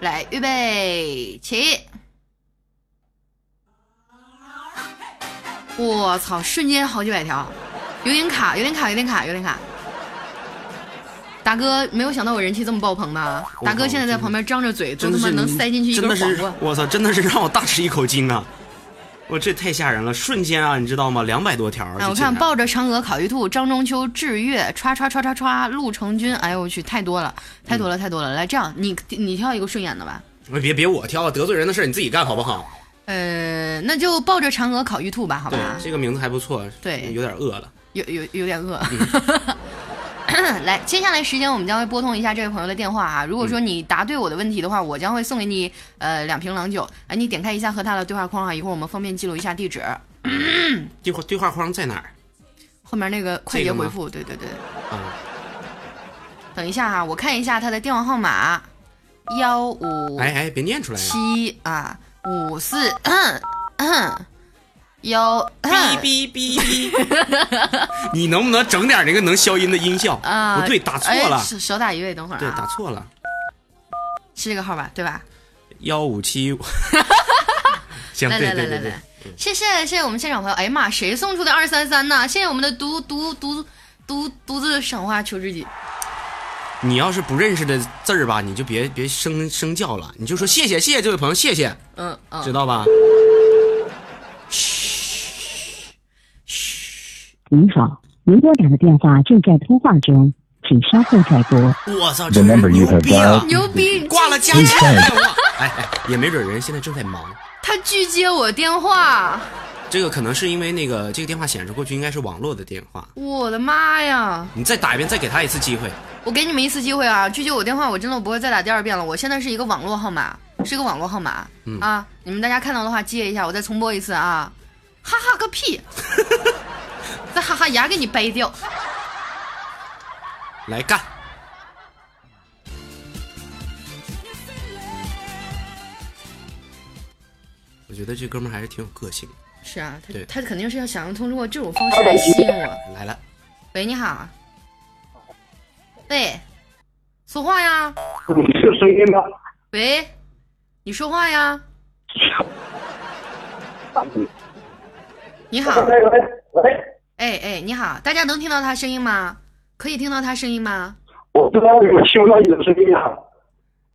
Speaker 1: 来，预备起！我操，瞬间好几百条，有点卡，有点卡，有点卡，有点卡。达哥没有想到我人气这么爆棚吧？
Speaker 3: 我靠
Speaker 1: 达哥现在在旁边张着嘴，都
Speaker 3: 真
Speaker 1: 他
Speaker 3: 的
Speaker 1: 妈
Speaker 3: 是
Speaker 1: 能塞进去一
Speaker 3: 真
Speaker 1: 根
Speaker 3: 的
Speaker 1: 黄
Speaker 3: 是
Speaker 1: 瓜。
Speaker 3: 我操，真的是让我大吃一口惊啊！我这太吓人了，瞬间啊，你知道吗？两百多条儿就进来
Speaker 1: 哎，
Speaker 3: 了。
Speaker 1: 我看抱着嫦娥、烤玉兔、张中秋、志月、歘歘歘歘歘、陆成军，哎呦我去，太多了，太
Speaker 3: 嗯
Speaker 1: 多了，太多了。来，这样你你挑一个顺眼的吧。
Speaker 3: 别别我挑啊，得罪人的事儿你自己干好不好？
Speaker 1: 呃，那就抱着嫦娥、烤玉兔吧，好
Speaker 3: 对
Speaker 1: 吧，？
Speaker 3: 这个名字还不错。
Speaker 1: 对
Speaker 3: 有点饿了。
Speaker 1: 有有有点饿。
Speaker 3: 嗯
Speaker 1: 来，接下来时间我们将会拨通一下这位朋友的电话啊。如果说你答对我的问题的话，我将会送给你呃两瓶郎酒。哎，你点开一下和他的对话框啊，一会儿我们方便记录一下地址。
Speaker 3: 对话对话框在哪儿
Speaker 1: 后面那个快捷
Speaker 3: 这个吗
Speaker 1: 回复，对对对。
Speaker 3: 啊？
Speaker 1: 等一下啊，我看一下他的电话号码，幺五
Speaker 3: 哎哎，别念出来啊！
Speaker 1: 七啊五四嗯幺嗯
Speaker 3: 哔哔哔哔， 你能不能整点那个能消音的音效？
Speaker 1: 啊，
Speaker 3: 不对，打错了
Speaker 1: 哎，少少打一位，等会儿
Speaker 3: 对，打
Speaker 1: 啊，
Speaker 3: 错了，
Speaker 1: 是这个号吧，对吧？
Speaker 3: 幺五七。 行，
Speaker 1: 来
Speaker 3: 对
Speaker 1: 来来
Speaker 3: 对
Speaker 1: 来
Speaker 3: 对对
Speaker 1: 来，，谢谢谢谢我们现场朋友，哎呀妈，谁送出的二三三呢？谢谢我们的独独独独独自赏花求知己，
Speaker 3: 你要是不认识的字儿吧，你就别别生生叫了，你就说谢谢谢谢这位朋友，谢谢，
Speaker 1: 嗯嗯，
Speaker 3: 知道吧？
Speaker 4: 您好，您拨打的电话正在通话中，请稍后再拨。
Speaker 3: 我操，这人
Speaker 5: number you
Speaker 3: 牛
Speaker 5: have
Speaker 3: 逼啊！
Speaker 5: dialed
Speaker 1: 牛逼，
Speaker 3: 挂了加
Speaker 1: 拒
Speaker 3: 电
Speaker 1: 接
Speaker 3: 话，哎哎，也没准人现在正在忙，
Speaker 1: 他拒接我电话，
Speaker 3: 这个可能是因为那个这个电话显示过去应该是网络的电话，
Speaker 1: 我的妈呀！
Speaker 3: 你再打一遍，再给他一次机会。
Speaker 1: 我给你们一次机会啊！拒绝我电话，我真的我不会再打第二遍了。我现在是一个网络号码，是一个网络号码、
Speaker 3: 嗯
Speaker 1: 啊！你们大家看到的话接一下，我再重播一次啊！哈哈个 屁！再哈哈牙给你掰掉！
Speaker 3: 来干！我觉得这哥们儿还是挺有个性的。
Speaker 1: 是啊，他
Speaker 3: 对
Speaker 1: 他肯定是要想要通过这种方式来吸引我。
Speaker 3: 来了，
Speaker 1: 喂，你好。喂，说话呀！
Speaker 6: 你是声音吗？
Speaker 1: 喂，你说话呀！你好，
Speaker 6: 喂喂喂，
Speaker 1: 哎哎，你好，大家能听到他声音吗？可以听到他声音吗？
Speaker 6: 我不知道有没有听到你的声音啊？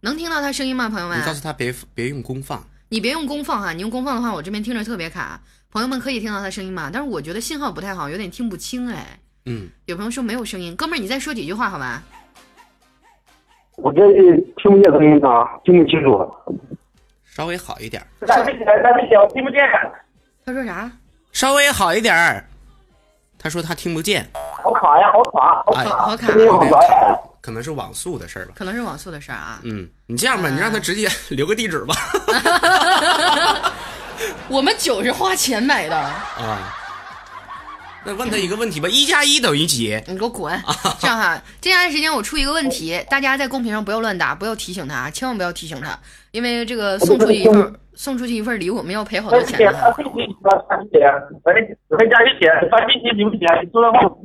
Speaker 1: 能听到他声音吗，朋友们
Speaker 3: 你？告诉他别别用功放，
Speaker 1: 你别用功放哈、你用功放的话，我这边听着特别卡。朋友们可以听到他声音吗？但是我觉得信号不太好，有点听不清哎。
Speaker 3: 嗯，
Speaker 1: 有朋友说没有声音，哥们儿，你再说几句话好吧？
Speaker 6: 我这听不见声音啊，听不清楚。
Speaker 3: 稍微好一点儿，
Speaker 6: 咱这咱这小听不见，
Speaker 1: 他说啥？
Speaker 3: 稍微好一点儿。他说他听不见，
Speaker 6: 好卡呀，好卡，好
Speaker 3: 哎，
Speaker 1: 好好卡，
Speaker 6: 声音好卡呀。
Speaker 3: 可能是网速的事儿吧。
Speaker 1: 可能是网速的事儿啊。
Speaker 3: 嗯，你这样吧，你让他直接留个地址吧。
Speaker 1: 我们酒是花钱买的，
Speaker 3: 啊，那问他一个问题吧，一加一等于几？
Speaker 1: 你给我滚！这样哈，这段时间我出一个问题，大家在公屏上不要乱答，不要提醒他，千万不要提醒他，因为这个送出去一份儿，送出去一份儿礼物，我们要赔好
Speaker 6: 三
Speaker 1: 多
Speaker 6: 十
Speaker 1: 钱
Speaker 6: 点，
Speaker 1: 的
Speaker 6: 三
Speaker 1: 哈。
Speaker 6: 十点，三十点，咱这咱加一点，三十点你们点，就让我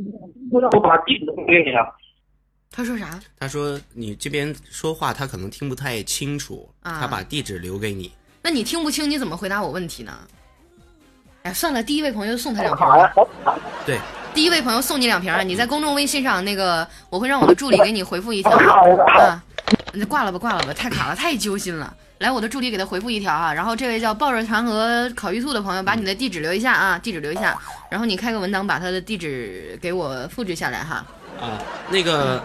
Speaker 6: 就让我把地址送给你啊。
Speaker 1: 他说啥？
Speaker 3: 他说你这边说话他可能听不太清楚，
Speaker 1: 啊
Speaker 3: 他把地址留给你。
Speaker 1: 那你听不清，你怎么回答我问题呢？哎，算了，第一位朋友就送他
Speaker 6: 好
Speaker 1: 两瓶
Speaker 6: 卡
Speaker 1: 儿
Speaker 6: 呀
Speaker 1: 吧。，
Speaker 6: 好卡。
Speaker 3: 对，
Speaker 1: 第一位朋友送你两瓶儿啊！你在公众微信上那个，我会让我的助理给你回复一条啊。那挂了吧，挂了吧，太卡了，太揪心了。来，我的助理给他回复一条啊。然后这位叫抱着嫦娥烤玉兔的朋友，把你的地址留一下啊，地址留一下。然后你开个文档，把他的地址给我复制下来哈。
Speaker 3: 啊，那个，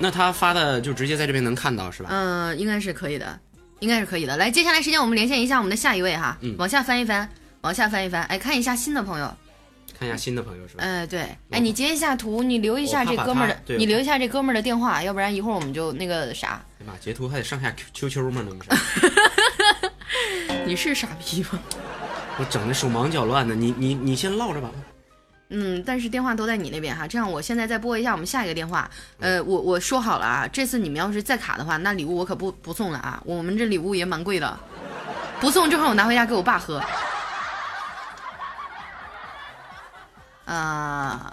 Speaker 3: 那他发的就直接在这边能看到是吧？
Speaker 1: 嗯、应该是可以的，应该是可以的。来，接下来时间我们连线一下我们的下一位哈，往下翻一翻，往下翻一翻，哎，看一下新的朋友。
Speaker 3: 看一下新的朋友是吧？
Speaker 1: 哎，对，哎，你截一下图，你留一下这哥们儿
Speaker 3: 我怕把他
Speaker 1: 的，
Speaker 3: 对
Speaker 1: 你留一下这哥们儿的电话，要不然一会儿我们就那个啥，
Speaker 3: 哎妈，截图还得上下 Q QQ 吗？那不是，
Speaker 1: 你是傻逼吗？
Speaker 3: 我整的手忙脚乱的。你你你先唠着吧。
Speaker 1: 嗯，但是电话都在你那边哈，这样我现在再拨一下我们下一个电话。呃，我我说好了啊，这次你们要是再卡的话，那礼物我可不不送了啊，我们这礼物也蛮贵的，不送正好我拿回家给我爸喝。啊、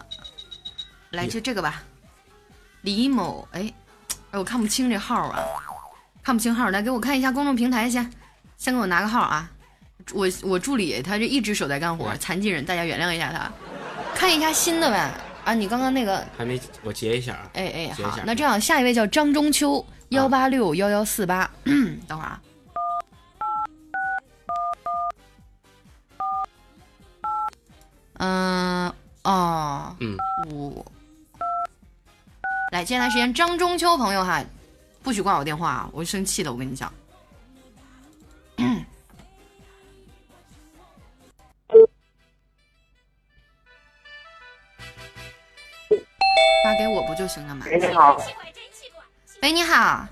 Speaker 1: 来就这个吧，李某，哎，哎，我看不清这号啊，看不清号，来给我看一下公众平台先，先给我拿个号啊。我我助理他这一只手在干活，残疾人，大家原谅一下他。看一下新的呗。啊，你刚刚那个，
Speaker 3: 还没，我截一下啊。
Speaker 1: 哎哎，
Speaker 3: 截一
Speaker 1: 好
Speaker 3: 下，啊
Speaker 1: 那这样下一位叫张中秋，幺八六幺幺四八， 等会儿啊。嗯、哦，
Speaker 3: 嗯，
Speaker 1: 五。来，接下来时间，张中秋朋友哈，不许挂我电话啊，我生气的，我跟你讲。发给我不就行了吗？
Speaker 6: 哎，你好，
Speaker 1: 喂，你好，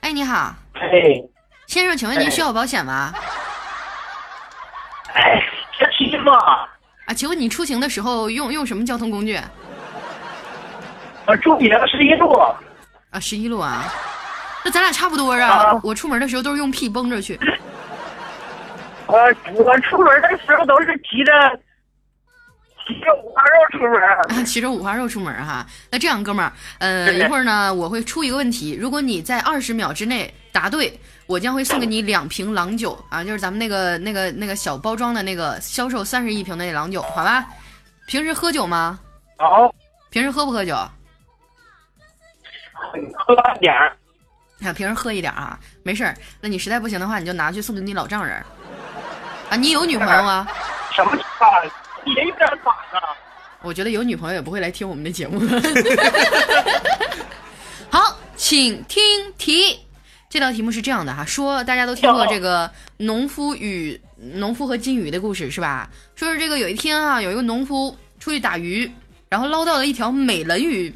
Speaker 1: 哎，你好，
Speaker 6: 哎，
Speaker 1: 先生，请问您需要保险吗？
Speaker 6: 哎，这听嘛，
Speaker 1: 啊，请问你出行的时候用用什么交通工具？
Speaker 6: 我住你那个十一路，
Speaker 1: 啊，十一路啊，那咱俩差不多啊
Speaker 6: 啊。
Speaker 1: 我出门的时候都是用屁崩着去。
Speaker 6: 我呃我出门的时候都是提着提着五花肉出门。
Speaker 1: 啊，骑着五花肉出门哈、那这样，哥们儿，呃，一会儿呢，我会出一个问题，如果你在二十秒之内答对，我将会送给你两瓶郎酒啊，就是咱们那个那个那个小包装的那个销售三十一瓶的那郎酒，好吧？平时喝酒吗？
Speaker 6: 好，
Speaker 1: 平时喝不喝酒？
Speaker 6: 你多拉点儿。
Speaker 1: 啊，平时喝一点儿啊，没事儿。那你实在不行的话，你就拿去送给你老丈人儿。啊，你有女朋友吗？
Speaker 6: 什么卡？你这有点卡啊！
Speaker 1: 我觉得有女朋友也不会来听我们的节目。 好，请听题。这道题目是这样的哈，说大家都听过这个农夫与农夫和金鱼的故事是吧？说是这个有一天啊，有一个农夫出去打鱼，然后捞到了一条美人鱼。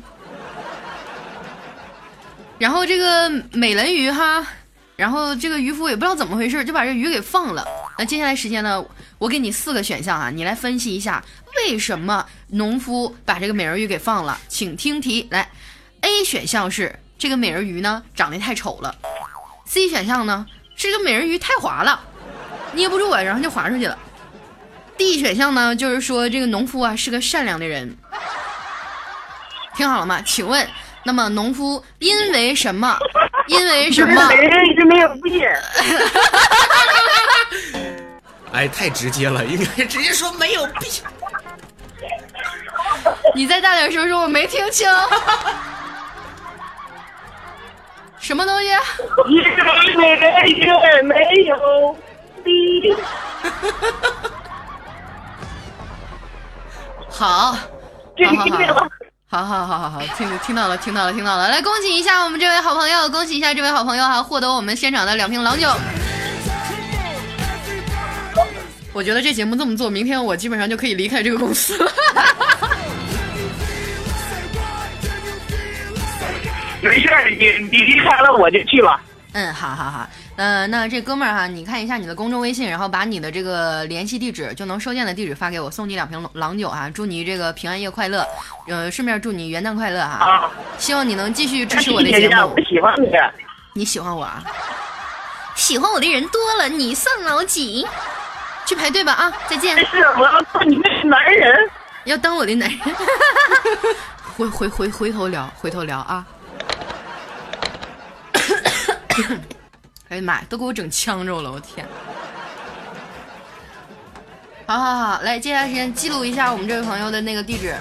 Speaker 1: 然后这个美人鱼哈，然后这个渔夫也不知道怎么回事，就把这鱼给放了。那接下来时间呢，我给你四个选项啊，你来分析一下为什么农夫把这个美人鱼给放了。请听题，来，A 选项是这个美人鱼呢长得太丑了，C 选项呢是这个美人鱼太滑了，捏不住啊，然后就滑出去了。D 选项呢就是说这个农夫啊是个善良的人。听好了吗？请问，那么农夫因为什么？因为什么？
Speaker 6: 人一直没有病。
Speaker 3: 哎，太直接了，应该直接说没有必要。
Speaker 1: 你再大点声说，我没听清。 什么东西？
Speaker 6: 因为人一直没有病。
Speaker 1: 好，
Speaker 6: 这
Speaker 1: 好
Speaker 6: 你听见
Speaker 1: 好
Speaker 6: 了
Speaker 1: 好？好好好好好，听听到了，听到了，听到了。来，恭喜一下我们这位好朋友，恭喜一下这位好朋友哈，获得我们现场的两瓶郎酒。我觉得这节目这么做，明天我基本上就可以离开这个公 司了。
Speaker 6: 没事儿，你你离开了我就去了。
Speaker 1: 嗯，好好好，呃，那这哥们儿哈，你看一下你的公众微信，然后把你的这个联系地址，就能收件的地址发给我，送你两瓶郎酒哈、祝你这个平安夜快乐，呃，顺便祝你元旦快乐哈、
Speaker 6: 啊，
Speaker 1: 希望你能继续支持
Speaker 6: 谢
Speaker 1: 我的
Speaker 6: 谢
Speaker 1: 节
Speaker 6: 你啊，
Speaker 1: 目
Speaker 6: 我，喜欢你。
Speaker 1: 你喜欢我啊？喜欢我的人多了，你算老几？去排队吧啊！再见
Speaker 6: 没，事，我要做你那个男人。
Speaker 1: 要当我的男人。回回回回头聊，回头聊啊！ 哎呀妈呀，都给我整呛着了，我天！好好好，来，接下来时间记录一下我们这位朋友的那个地址。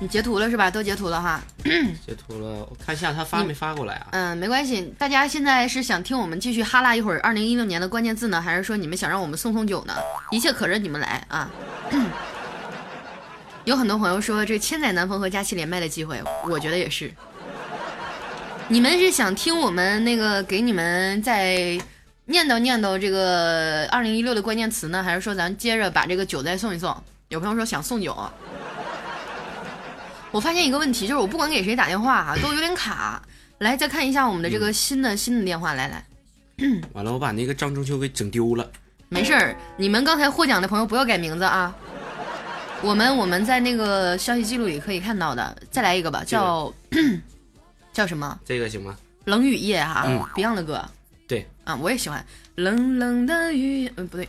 Speaker 1: 你截图了是吧？都截图了哈。
Speaker 3: 截图了，我看一下他发没发过来啊？
Speaker 1: 嗯，没关系。大家现在是想听我们继续哈拉一会儿二零一六年的关键字呢，还是说你们想让我们送送酒呢？一切可着你们来啊！ 有很多朋友说这千载难逢和佳期连麦的机会，我觉得也是。你们是想听我们那个给你们再念叨念叨这个二零一六的关键词呢，还是说咱接着把这个酒再送一送？有朋友说想送酒， 我发现一个问题，就是我不管给谁打电话啊，都有点卡。来，再看一下我们的
Speaker 3: 嗯
Speaker 1: 这个新的、新的电话，来来，
Speaker 3: 完了，我把那个张中秋给整丢了。
Speaker 1: 没事儿，你们刚才获奖的朋友不要改名字啊。我们我们在那个消息记录里可以看到的，再来一个吧，叫 叫什么？
Speaker 3: 这个行吗？
Speaker 1: 冷雨夜啊哈、
Speaker 3: 嗯
Speaker 1: Beyond 的歌
Speaker 3: 对，
Speaker 1: 啊，我也喜欢。冷冷的雨，嗯，不对。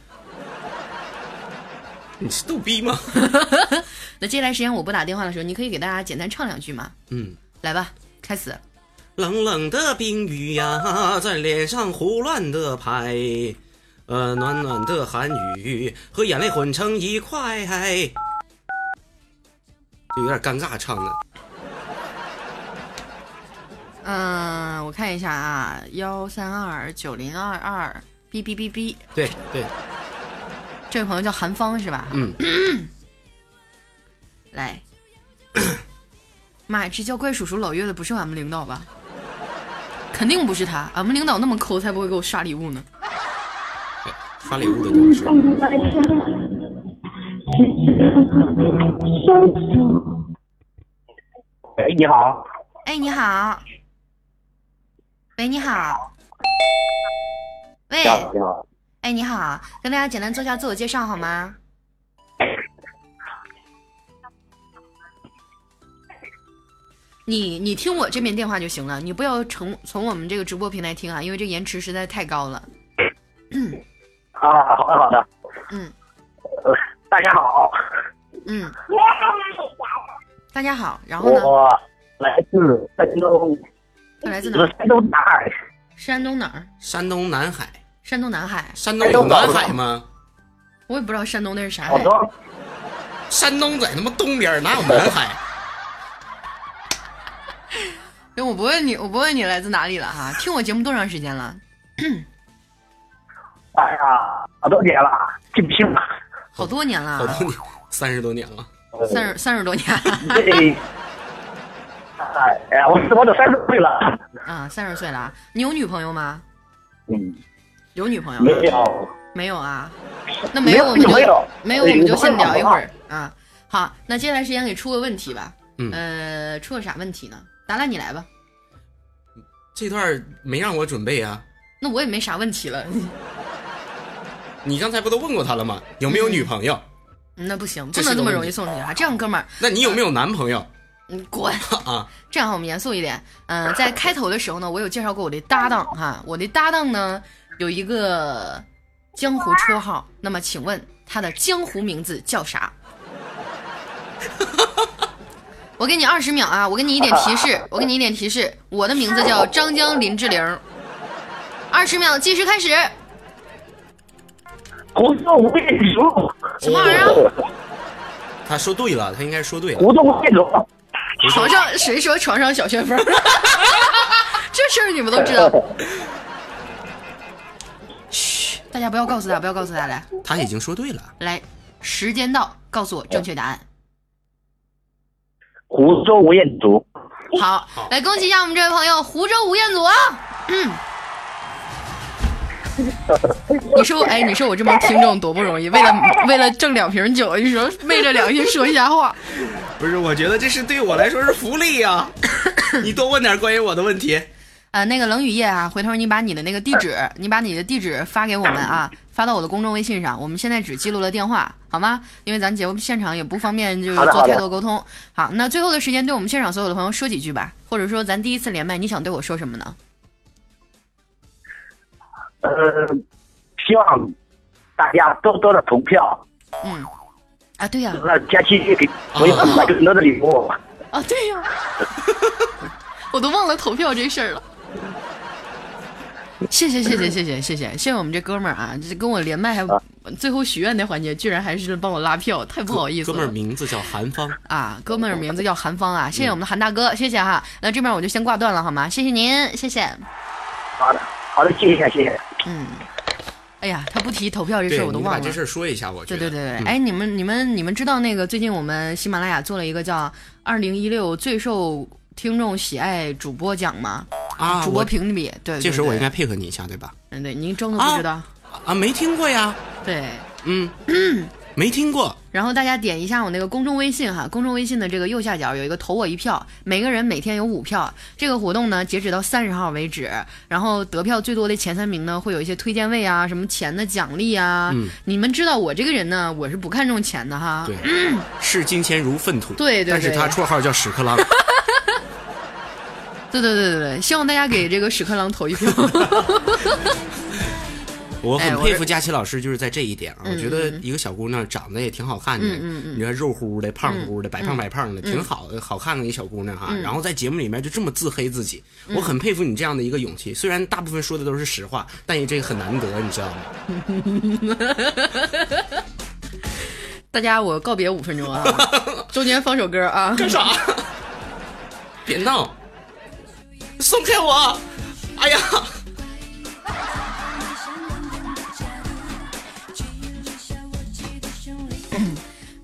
Speaker 3: 你是逗逼吗？
Speaker 1: 那接下来时间我不打电话的时候，你可以给大家简单唱两句吗？
Speaker 3: 嗯，
Speaker 1: 来吧，开始。
Speaker 3: 冷冷的冰雨呀，在脸上胡乱的拍，呃，暖暖的寒雨和眼泪混成一块，就有点尴尬唱的。
Speaker 1: 嗯，我看一下啊，幺三二九零二二，哔哔哔哔。
Speaker 3: 对对，
Speaker 1: 这位朋友叫韩芳是吧？
Speaker 3: 嗯，
Speaker 1: 来， 妈呀，这叫怪叔叔老岳的不是俺们领导吧？肯定不是他，俺们领导那么抠，才不会给我刷礼物呢。
Speaker 3: 发哎礼物的都是。
Speaker 6: 哎，你好，
Speaker 1: 哎，你好，喂，你好，喂，
Speaker 6: 你好，
Speaker 1: 哎，你好，跟大家简单做一下自我介绍好吗？你你听我这边电话就行了，你不要从从我们这个直播平台听啊，因为这延迟实在太高了。
Speaker 6: 啊，好的好的，
Speaker 1: 嗯
Speaker 6: 呃，大家好，
Speaker 1: 嗯，大家好，然后呢？
Speaker 6: 我来自山东，
Speaker 1: 他来自哪
Speaker 6: 我
Speaker 1: 儿？
Speaker 6: 山东南海，
Speaker 1: 山东哪儿？
Speaker 3: 山东南海，
Speaker 1: 山东南海？
Speaker 3: 山东有南海吗？
Speaker 1: 我也不知道山东那是啥
Speaker 6: 好
Speaker 1: 海。
Speaker 6: 多
Speaker 3: 山东在他妈东边，哪有南海？
Speaker 1: 那我不问你，我不问你来自哪里了哈。听我节目多长时间了？
Speaker 6: 哎呀，好多年了，记不清了。
Speaker 1: 好多年了
Speaker 3: 好
Speaker 1: 啊，
Speaker 3: 多年，三十多年了。
Speaker 1: 三十三十多年
Speaker 6: 对，哎呀，我我都三十岁了，
Speaker 1: 啊，三十岁了啊。你有女朋友吗？
Speaker 6: 嗯，
Speaker 1: 有女朋友
Speaker 6: 没
Speaker 1: 吗？
Speaker 6: 有，
Speaker 1: 没有啊，那
Speaker 6: 没
Speaker 1: 没有我们就
Speaker 6: 没有
Speaker 1: 没有我们就先聊一会
Speaker 6: 哎
Speaker 1: 儿啊。好，那接下来时间给出个问题吧。
Speaker 3: 嗯
Speaker 1: 呃，出个啥问题呢？达达你来吧。
Speaker 3: 这段没让我准备啊，
Speaker 1: 那我也没啥问题了，嗯
Speaker 3: 你刚才不都问过他了吗？有没有女朋友？
Speaker 1: 那不行，不
Speaker 3: 这是
Speaker 1: 能这么
Speaker 3: 个问
Speaker 1: 容易
Speaker 3: 题
Speaker 1: 送出去啊。这样，哥们儿，
Speaker 3: 那你有没有男朋友
Speaker 1: 你 滚。
Speaker 3: 啊？
Speaker 1: 这样我们严肃一点。嗯、在开头的时候呢，我有介绍过我的搭档哈，我的搭档呢有一个江湖绰号，那么请问他的江湖名字叫啥？ 我给你二十秒啊，我给你一点提 示，我给你一点提示，我的名字叫张江林志玲。二十秒计时开始，
Speaker 6: 胡说无业主，
Speaker 1: 什么玩意儿？
Speaker 3: 他说对了，他应该说对了。
Speaker 6: 胡说无业主，
Speaker 1: 床上谁说床上小旋风？ 这事儿你们都知道。嘘，大家不要告诉他，不要告诉他，来
Speaker 3: 他已经说对了，
Speaker 1: 来，时间到，告诉我正确答案。
Speaker 6: 湖州吴彦祖，哦
Speaker 1: 好，来恭喜一下我们这位朋友湖州吴彦祖啊！ 嗯，你说我哎，你说我这帮听众多不容易，为了为了挣两瓶酒，你说昧着良心说一下话，
Speaker 3: 不是，我觉得这是对我来说是福利呀、 你多问点关于我的问题。
Speaker 1: 呃，那个冷雨夜啊，回头你把你的那个地 址，你把你的地址发给我们啊，发到我的公众微信上。我们现在只记录了电话，好吗？因为咱节目现场也不方便就是
Speaker 6: 好的
Speaker 1: 做
Speaker 6: 好的
Speaker 1: 太多沟通。好，那最后的时间，对我们现场所有的朋友说几句吧，或者说咱第一次连麦，你想对我说什么呢？
Speaker 6: 呃，希望大家多多的投票，
Speaker 1: 嗯，啊，对呀、
Speaker 6: 让佳期给我有买更多的礼物。
Speaker 1: 啊，对呀、 我都忘了投票这事儿了。谢谢谢谢谢谢谢谢谢谢我们这哥们儿啊，这跟我连麦还最后许愿那环节，居然还是帮我拉票，太不好意思
Speaker 3: 哥
Speaker 1: 了。
Speaker 3: 们儿名字叫韩芳，
Speaker 1: 啊，哥们儿名字叫韩芳啊，谢
Speaker 3: 嗯
Speaker 1: 谢我们的韩大哥，谢谢哈。那这边我就先挂断了，好吗？谢谢您，谢谢。
Speaker 6: 好的，好的，谢谢谢谢。
Speaker 1: 嗯，哎呀，他不提投票这事
Speaker 3: 对，
Speaker 1: 儿我都
Speaker 3: 你
Speaker 1: 忘
Speaker 3: 把
Speaker 1: 了
Speaker 3: 这。事儿说一下，我觉
Speaker 1: 对
Speaker 3: 得。
Speaker 1: 对对对，
Speaker 3: 嗯
Speaker 1: 哎，你们你们你们知道那个最近我们喜马拉雅做了一个叫“二零一六最受听众喜爱主播奖”吗？
Speaker 3: 啊，
Speaker 1: 主播
Speaker 3: 我
Speaker 1: 评比，对对
Speaker 3: 这时候我应
Speaker 1: 对
Speaker 3: 该配合你一下，对吧？
Speaker 1: 嗯，对，您真的不知道，
Speaker 3: 啊，没听过呀，
Speaker 1: 对。
Speaker 3: 嗯，没听过，
Speaker 1: 然后大家点一下我那个公众微信哈，公众微信的这个右下角有一个投我一票，每个人每天有五票。这个活动呢，截止到三十号为止。然后得票最多的前三名呢，会有一些推荐位啊，什么钱的奖励啊。
Speaker 3: 嗯
Speaker 1: 你们知道我这个人呢，我是不看重钱的哈。
Speaker 3: 对，视金钱如粪土，
Speaker 1: 啊嗯对对对
Speaker 3: 但是他绰号叫屎 壳郎，
Speaker 1: 对对对对对，希望大家给这个屎壳郎投一 票。
Speaker 3: 我
Speaker 1: 哎
Speaker 3: 很
Speaker 1: 我
Speaker 3: 佩
Speaker 1: 是
Speaker 3: 服佳琪老师，就是在这一点啊，我觉得一个小姑娘长得也挺好看的，
Speaker 1: 嗯嗯
Speaker 3: 你看肉乎乎的、胖乎乎的、白胖白胖的，挺好好看的一小姑娘哈、
Speaker 1: 嗯
Speaker 3: 然后在节目里面就这么自黑自己，我很佩服你这样的一个勇气。虽然大部分说的都是实话，但也这个很难得，你知道吗？
Speaker 1: 大家我告别五分钟啊，中间放首歌啊。
Speaker 3: 干啥？ 别闹！松开我！哎呀，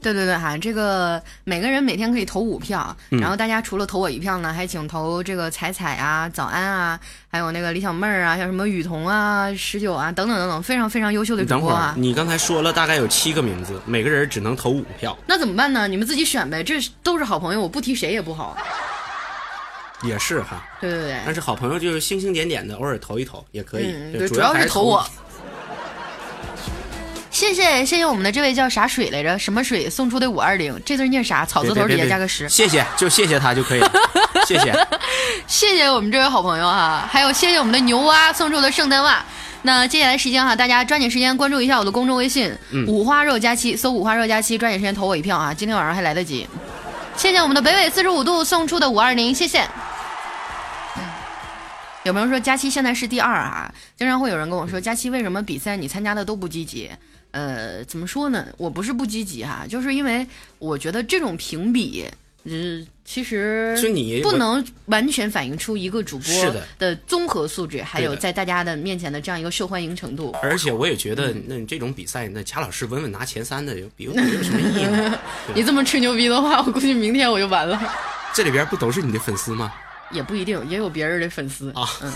Speaker 1: 对对对，哈，这个每个人每天可以投五票，
Speaker 3: 嗯
Speaker 1: 然后大家除了投我一票呢，还请投这个彩彩啊、早安啊，还有那个李小妹儿啊，像什么雨桐啊、十九啊等等等等，非常非常优秀的
Speaker 3: 你
Speaker 1: 主
Speaker 3: 等会
Speaker 1: 播
Speaker 3: 儿
Speaker 1: 啊，。
Speaker 3: 你刚才说了大概有七个名字，每个人只能投五票，
Speaker 1: 那怎么办呢？你们自己选呗，这都是好朋友，我不提谁也不好。
Speaker 3: 也是哈。
Speaker 1: 对对对，
Speaker 3: 但是好朋友就是星星点点的，偶尔投一投也可以。
Speaker 1: 嗯
Speaker 3: 对
Speaker 1: 对
Speaker 3: 主
Speaker 1: 主要
Speaker 3: 还
Speaker 1: 是
Speaker 3: 是
Speaker 1: 投我谢谢谢谢我们的这位叫啥水来着？什么水送出的五二零？这字念啥？草
Speaker 3: 别
Speaker 1: 字
Speaker 3: 别
Speaker 1: 头底下
Speaker 3: 别别
Speaker 1: 加个十。
Speaker 3: 谢谢，就谢谢他就 可以了。谢谢，
Speaker 1: 谢谢我们这位好朋友哈，还有谢谢我们的牛蛙送出的圣诞袜。那接下来时间哈，大家抓紧时间关注一下我的公众微信“五花肉佳期”，搜“五花肉佳期”，抓紧时间投我一票啊！今天晚上还来得及。谢谢我们的北纬四十五度送出的五二零，谢谢。有朋友说佳期现在是第二啊？经常会有人跟我说，佳期为什么比赛你参加的都不积极？呃，怎么说呢？我不是不积极哈、就是因为我觉得这种评比，嗯，其实
Speaker 3: 就你
Speaker 1: 不能完全反映出一个主播
Speaker 3: 是的
Speaker 1: 的综合素质，还有
Speaker 3: 对的
Speaker 1: 在大家的面前的这样一个受欢迎程度。
Speaker 3: 而且我也觉得，
Speaker 1: 嗯
Speaker 3: 那这种比赛，那贾老师稳稳拿前三的，有比有有什么意义呢？
Speaker 1: 你这么吹牛逼的话，我估计明天我就完了。
Speaker 3: 这里边不都是你的粉丝吗？
Speaker 1: 也不一定，也有别人的粉丝
Speaker 3: 啊
Speaker 1: 嗯，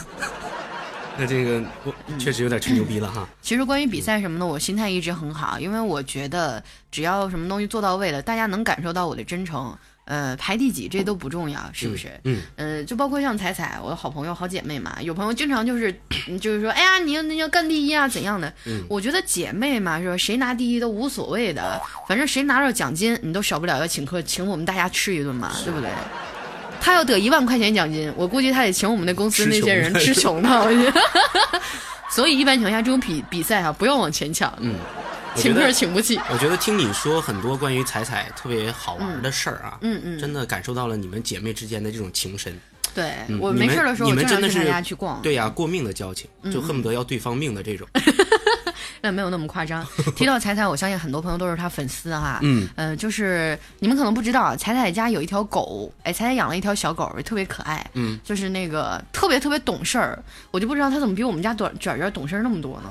Speaker 3: 那这个我确实有点吹牛逼了哈。
Speaker 1: 其实关于比赛什么的，我心态一直很好，因为我觉得只要什么东西做到位了，大家能感受到我的真诚。呃，排第几这都不重要，是不是？
Speaker 3: 嗯，
Speaker 1: 呃，就包括像彩彩，我的好朋友、好姐妹嘛，有朋友经常就是， 嗯就是说，哎呀，你要你要干第一啊，怎样的？
Speaker 3: 嗯
Speaker 1: 我觉得姐妹嘛，说谁拿第一都无所谓的，反正谁拿着奖金，你都少不了要请客，请我们大家吃一顿嘛，对不对？他要得一万块钱奖金，我估计他得请我们的公司
Speaker 3: 吃
Speaker 1: 那
Speaker 3: 穷
Speaker 1: 些人
Speaker 3: 的
Speaker 1: 吃穷的，我觉得。 所以一般情况下，这种比比赛啊，不要往前抢，
Speaker 3: 嗯，我觉
Speaker 1: 请客
Speaker 3: 得嗯
Speaker 1: 请不起。
Speaker 3: 我觉得听你说很多关于彩彩特别好玩的事儿啊，
Speaker 1: 嗯嗯嗯
Speaker 3: 真的感受到了你们姐妹之间的这种情深。
Speaker 1: 对、
Speaker 3: 嗯
Speaker 1: 我
Speaker 3: 你
Speaker 1: 没
Speaker 3: 们
Speaker 1: 事的时候，
Speaker 3: 你
Speaker 1: 我
Speaker 3: 们
Speaker 1: 经常
Speaker 3: 真
Speaker 1: 跟
Speaker 3: 的
Speaker 1: 大
Speaker 3: 是
Speaker 1: 家去逛。嗯
Speaker 3: 对呀、过命的交情，就恨不得要对方命的这种。
Speaker 1: 那没有那么夸 张。提到彩彩，我相信很多朋友都是她粉丝哈。
Speaker 3: 嗯，
Speaker 1: 呃，就是你们可能不知道，彩彩家有一条狗，哎，彩彩养了一条小狗，特别可爱。
Speaker 3: 嗯，
Speaker 1: 就是那个特别特别懂事儿，我就不知道她怎么比我们家短卷卷懂事儿那么多呢。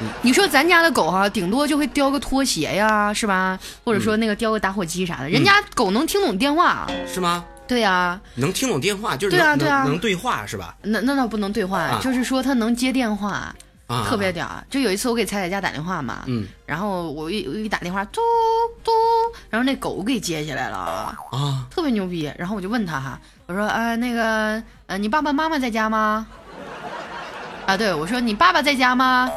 Speaker 3: 嗯
Speaker 1: 你说咱家的狗哈、顶多就会叼个拖鞋呀，是吧？或者
Speaker 3: 嗯
Speaker 1: 说那个叼个打火机啥的，人家狗能听懂电话。
Speaker 3: 是吗？
Speaker 1: 对呀、
Speaker 3: 能听懂电话，就是
Speaker 1: 对啊
Speaker 3: 能
Speaker 1: 对啊
Speaker 3: 能能对话是吧？
Speaker 1: 那那倒不能对话，
Speaker 3: 啊
Speaker 1: 就是说它能接电话，
Speaker 3: 啊，
Speaker 1: 特别屌。就有一次我给彩彩家打电话嘛，
Speaker 3: 嗯
Speaker 1: 然后我一我一打电话，嘟嘟，然后那狗给接起来了。
Speaker 3: 啊，
Speaker 1: 特别牛逼。然后我就问他哈，我说呃那个呃你爸爸妈妈在家吗？啊，对，我说你爸爸在家吗？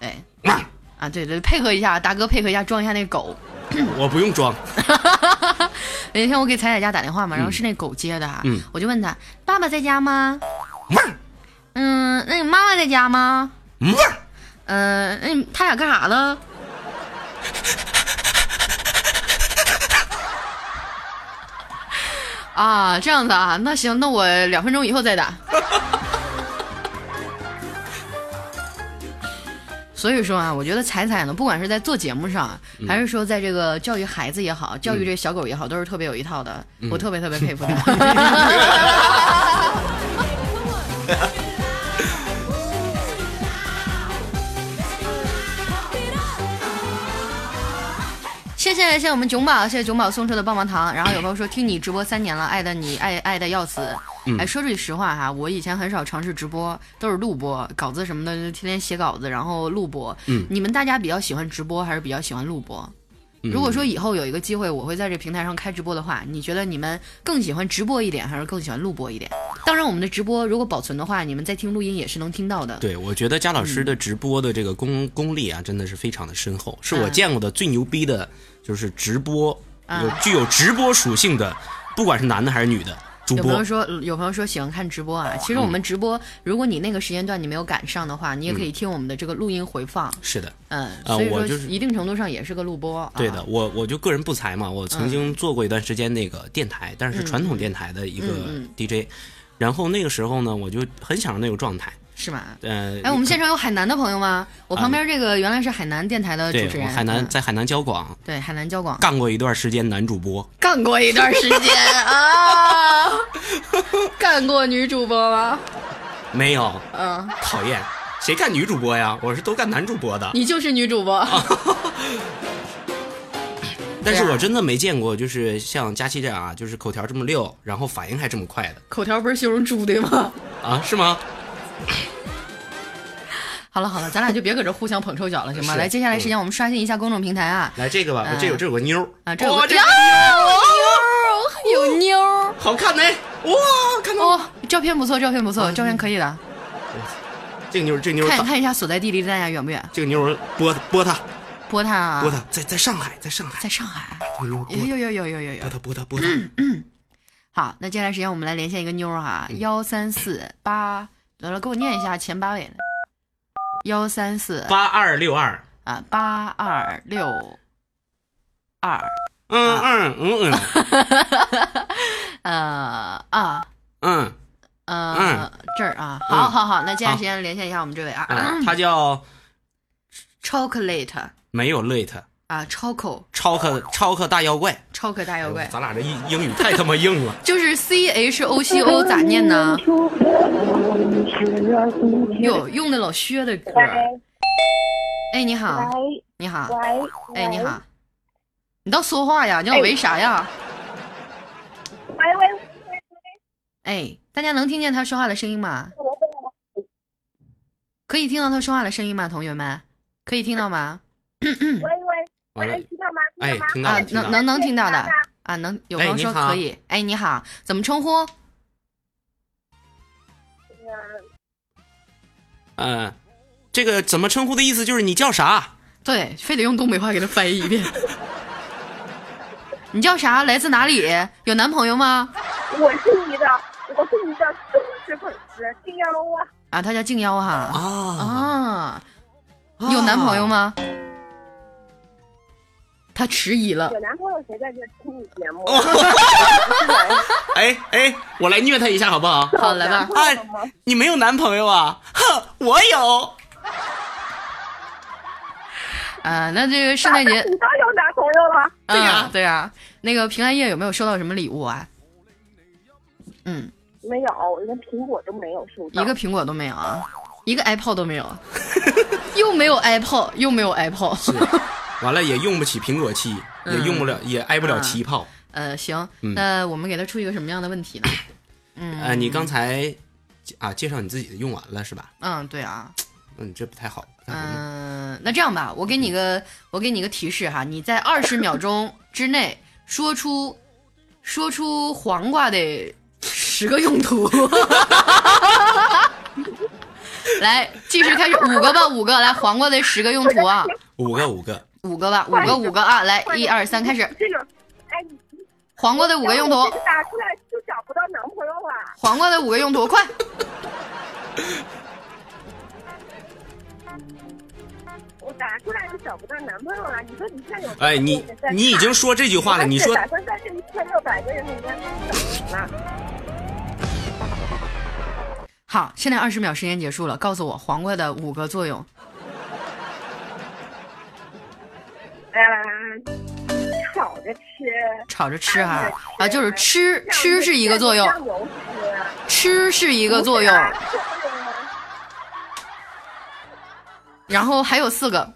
Speaker 1: 哎，啊对对，配合一下，大哥配合一下，装一下那狗。
Speaker 3: 我不用装，
Speaker 1: 有一天我给彩彩家打电话嘛，然后是那狗接的哈，
Speaker 3: 嗯
Speaker 1: 我就问他爸爸在家吗？嗯，那你妈妈在家吗？
Speaker 3: 嗯
Speaker 1: 嗯、那你他俩干啥了？ 啊，这样子啊，那行，那我两分钟以后再打。 所以说啊，我觉得彩彩呢，不管是在做节目上，还是说在这个教育孩子也好，教育这个小狗也好，都是特别有一套的，我特别特别佩服 她。谢谢谢谢我们囧宝，谢谢囧宝送出的棒棒糖。然后有朋友说听你直播三年了，爱的你爱爱的要死。哎，说句实话哈，我以前很少尝试直播，都是录播，稿子什么的，就天天写稿子，然后录播。
Speaker 3: 嗯
Speaker 1: 你们大家比较喜欢直播还是比较喜欢录播？如果说以后有一个机会，我会在这平台上开直播的话，你觉得你们更喜欢直播一点，还是更喜欢录播一点？当然，我们的直播如果保存的话，你们在听录音也是能听到的。
Speaker 3: 对，我觉得佳老师的直播的这个功功力啊，真的是非常的深厚，是我
Speaker 1: 嗯嗯
Speaker 3: 见过的最牛逼的，就是直播
Speaker 1: 啊
Speaker 3: 有具有直播属性的，不管是男的还是女的主
Speaker 1: 有朋
Speaker 3: 播哦嗯
Speaker 1: 友，说，有朋友说喜欢看直播啊。其实我们直播，如果你那个时间段你没有赶上的话，你也可以听我们的这个录音回放。
Speaker 3: 是的。
Speaker 1: 嗯，
Speaker 3: 嗯啊
Speaker 1: 所以
Speaker 3: 我
Speaker 1: 说
Speaker 3: 就是
Speaker 1: 一定程度上也是个录播。啊嗯
Speaker 3: 对的，，我我就个人不才嘛，我曾经做过一段时间那个电台，但是传统电台的一个
Speaker 1: 嗯
Speaker 3: DJ，、然后那个时候呢，我就很享受那种状态。
Speaker 1: 是吗？
Speaker 3: 呃，啊
Speaker 1: 哎，我们现场有海南的朋友吗？我旁边这个原来是海南电台的主
Speaker 3: 对
Speaker 1: 持
Speaker 3: 我
Speaker 1: 人，
Speaker 3: 海南
Speaker 1: 嗯
Speaker 3: 在海南交广
Speaker 1: 对海南交广
Speaker 3: 干过一段时间男主播，
Speaker 1: 干过一段时间 啊，干过女主播吗？
Speaker 3: 没有，
Speaker 1: 嗯，
Speaker 3: 讨厌，谁干女主播呀？我是都干男主播的，
Speaker 1: 你就是女主播。
Speaker 3: 啊但是
Speaker 1: 对啊
Speaker 3: 我真的没见过，就是像佳期这样啊，就是口条这么溜，然后反应还这么快的
Speaker 1: 口条不是形容猪的吗？
Speaker 3: 啊，是吗？
Speaker 1: 好了好了，咱俩就别搁这互相捧臭脚了，行吗？
Speaker 3: 是嗯
Speaker 1: 来，接下来时间我们刷新一下公众平台啊
Speaker 3: 来这个吧，
Speaker 1: 嗯
Speaker 3: 这有这有个妞儿
Speaker 1: 啊，这有
Speaker 3: 哇
Speaker 1: 个
Speaker 3: 这
Speaker 1: 妞儿，有妞儿。
Speaker 3: 好看没？哇，看到
Speaker 1: 哦，照片不错，照片不错，照片可以的。
Speaker 3: 这个妞儿，这个妞儿
Speaker 1: 看
Speaker 3: 大，
Speaker 1: 看一下所在地离咱俩远不远？
Speaker 3: 这个妞儿播播她。
Speaker 1: 波他啊，
Speaker 3: 播他，在在上海，在上海
Speaker 1: 在，上海。
Speaker 3: 哎呦
Speaker 1: 有有有有有有
Speaker 3: 播
Speaker 1: 有。
Speaker 3: 他，播他，播他，
Speaker 1: 嗯好，那接下来时间我们来连线一个妞儿哈，幺三四八，得了，给我念一下前八位的。幺三四
Speaker 3: 八二六二，
Speaker 1: 啊，八二六二，
Speaker 3: 嗯
Speaker 1: 啊
Speaker 3: 嗯嗯
Speaker 1: 呃啊
Speaker 3: 嗯
Speaker 1: 呃这儿啊，好好好，那接下来时间连线一下我们这位啊
Speaker 3: 嗯，他叫
Speaker 1: ，chocolate
Speaker 3: 没有 late，
Speaker 1: 啊，choco
Speaker 3: 超克超克大妖怪，哎
Speaker 1: choco 哦大妖怪，
Speaker 3: 咱俩这英英语太他妈 硬了，
Speaker 1: 就是 C H O C O 咋念呢？哟，用的老薛的歌儿。哎，你好，你好，
Speaker 5: 喂
Speaker 1: 哎，你好，你倒说话呀，你要为啥呀？
Speaker 5: 喂喂，
Speaker 1: 哎，大家能听见他说话的声音吗？可以听到他说话的声音吗，同学们？可以听到吗？
Speaker 5: 喂喂，
Speaker 3: 完了
Speaker 5: 喂，，听到吗？
Speaker 3: 哎
Speaker 5: 听到，吗？
Speaker 3: 听
Speaker 1: 啊能
Speaker 3: 到了，，听到了，
Speaker 1: 能能听到的啊，能有朋友
Speaker 3: 哎
Speaker 1: 说
Speaker 3: 你好
Speaker 1: 可以。哎，你好，怎么称呼？
Speaker 3: 嗯，这个怎么称呼的意思就是你叫啥？
Speaker 1: 对，非得用东北话给他翻译一遍。 你叫啥？来自哪里？有男朋友吗？
Speaker 5: 我是你的，我是你的忠实粉丝，听幺啊，
Speaker 1: 啊，他叫静妖哈。啊，
Speaker 3: 啊
Speaker 1: 有男朋友？吗？他迟疑了
Speaker 5: 有。男朋友谁在这听你节目？
Speaker 3: 哎哎，我来虐他一下好不好？
Speaker 1: 好，来吧。
Speaker 3: 哎，你没有男朋友啊？哼，我有。
Speaker 1: 啊，那这个圣诞节，
Speaker 5: 你当有男朋友了？
Speaker 1: 对呀，对呀。那个平安夜有没有收到什么礼物啊？嗯，
Speaker 5: 没有，连苹果都没有收到。
Speaker 1: 一个苹果都没有啊，一个 iPod 都没有。又没有 iPod，又 没有 iPod。
Speaker 3: 是，完了也用不起苹果七，也用不了，
Speaker 1: 嗯
Speaker 3: 也挨不了旗炮。
Speaker 1: 呃，行，
Speaker 3: 嗯
Speaker 1: 那我们给他出一个什么样的问题呢？嗯
Speaker 3: 呃，你刚才啊介绍你自己的用完了是吧？
Speaker 1: 嗯，对啊，
Speaker 3: 那你这不太好。那什么
Speaker 1: 嗯，那这样吧，我给你个，我给你个提示哈，你在二十秒钟之内说出说出黄瓜的十个用途。 来，计时开始，五个吧，五个，来，黄瓜的十个用途啊，
Speaker 3: 五个五个，
Speaker 1: 五个吧，五个，五个啊，来，一二三，开始，
Speaker 5: 这种，哎，你
Speaker 1: 黄瓜的五个用途，
Speaker 5: 打出来就找不到男朋友了。
Speaker 1: 黄瓜的五个用途，快，
Speaker 5: 我打出来就找不到男朋友了。你说你看有？
Speaker 3: 哎，你你已经说这句话了，你说
Speaker 5: 打算在这一千六百个人里面找什么？
Speaker 1: 好，现在二十秒时间结束了，告诉我黄瓜的五个作用。
Speaker 5: 嗯，炒着吃。
Speaker 1: 炒着吃哈、啊，就是吃吃是一个作用，吃是一
Speaker 5: 一
Speaker 1: 个作用，然后还有四个，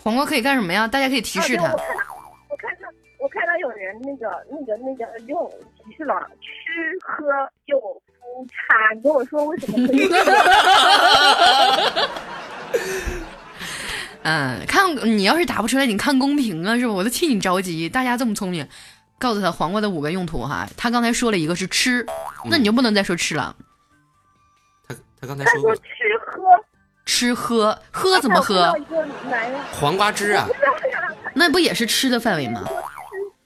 Speaker 1: 黄瓜可以干什么呀？大家可以提示
Speaker 5: 啊
Speaker 1: 他
Speaker 5: 对我，看到，我看到，我看到有人那个、那个、那个用提示了吃喝用夫差，你跟我说为什么可以？
Speaker 1: 嗯，看你要是答不出来，你看公屏啊，是吧？我都替你着急，大家这么聪明，告诉他黄瓜的五个用途哈、他刚才说了一个是吃，那你就不能再说吃了，
Speaker 3: 他他刚才
Speaker 5: 他
Speaker 3: 说
Speaker 5: 说
Speaker 3: 过
Speaker 5: 吃喝，
Speaker 1: 吃喝喝 怎 么
Speaker 5: 他
Speaker 1: 喝
Speaker 5: 看到？一个男人，
Speaker 3: 黄瓜汁啊，
Speaker 1: 那不也是吃的范围吗？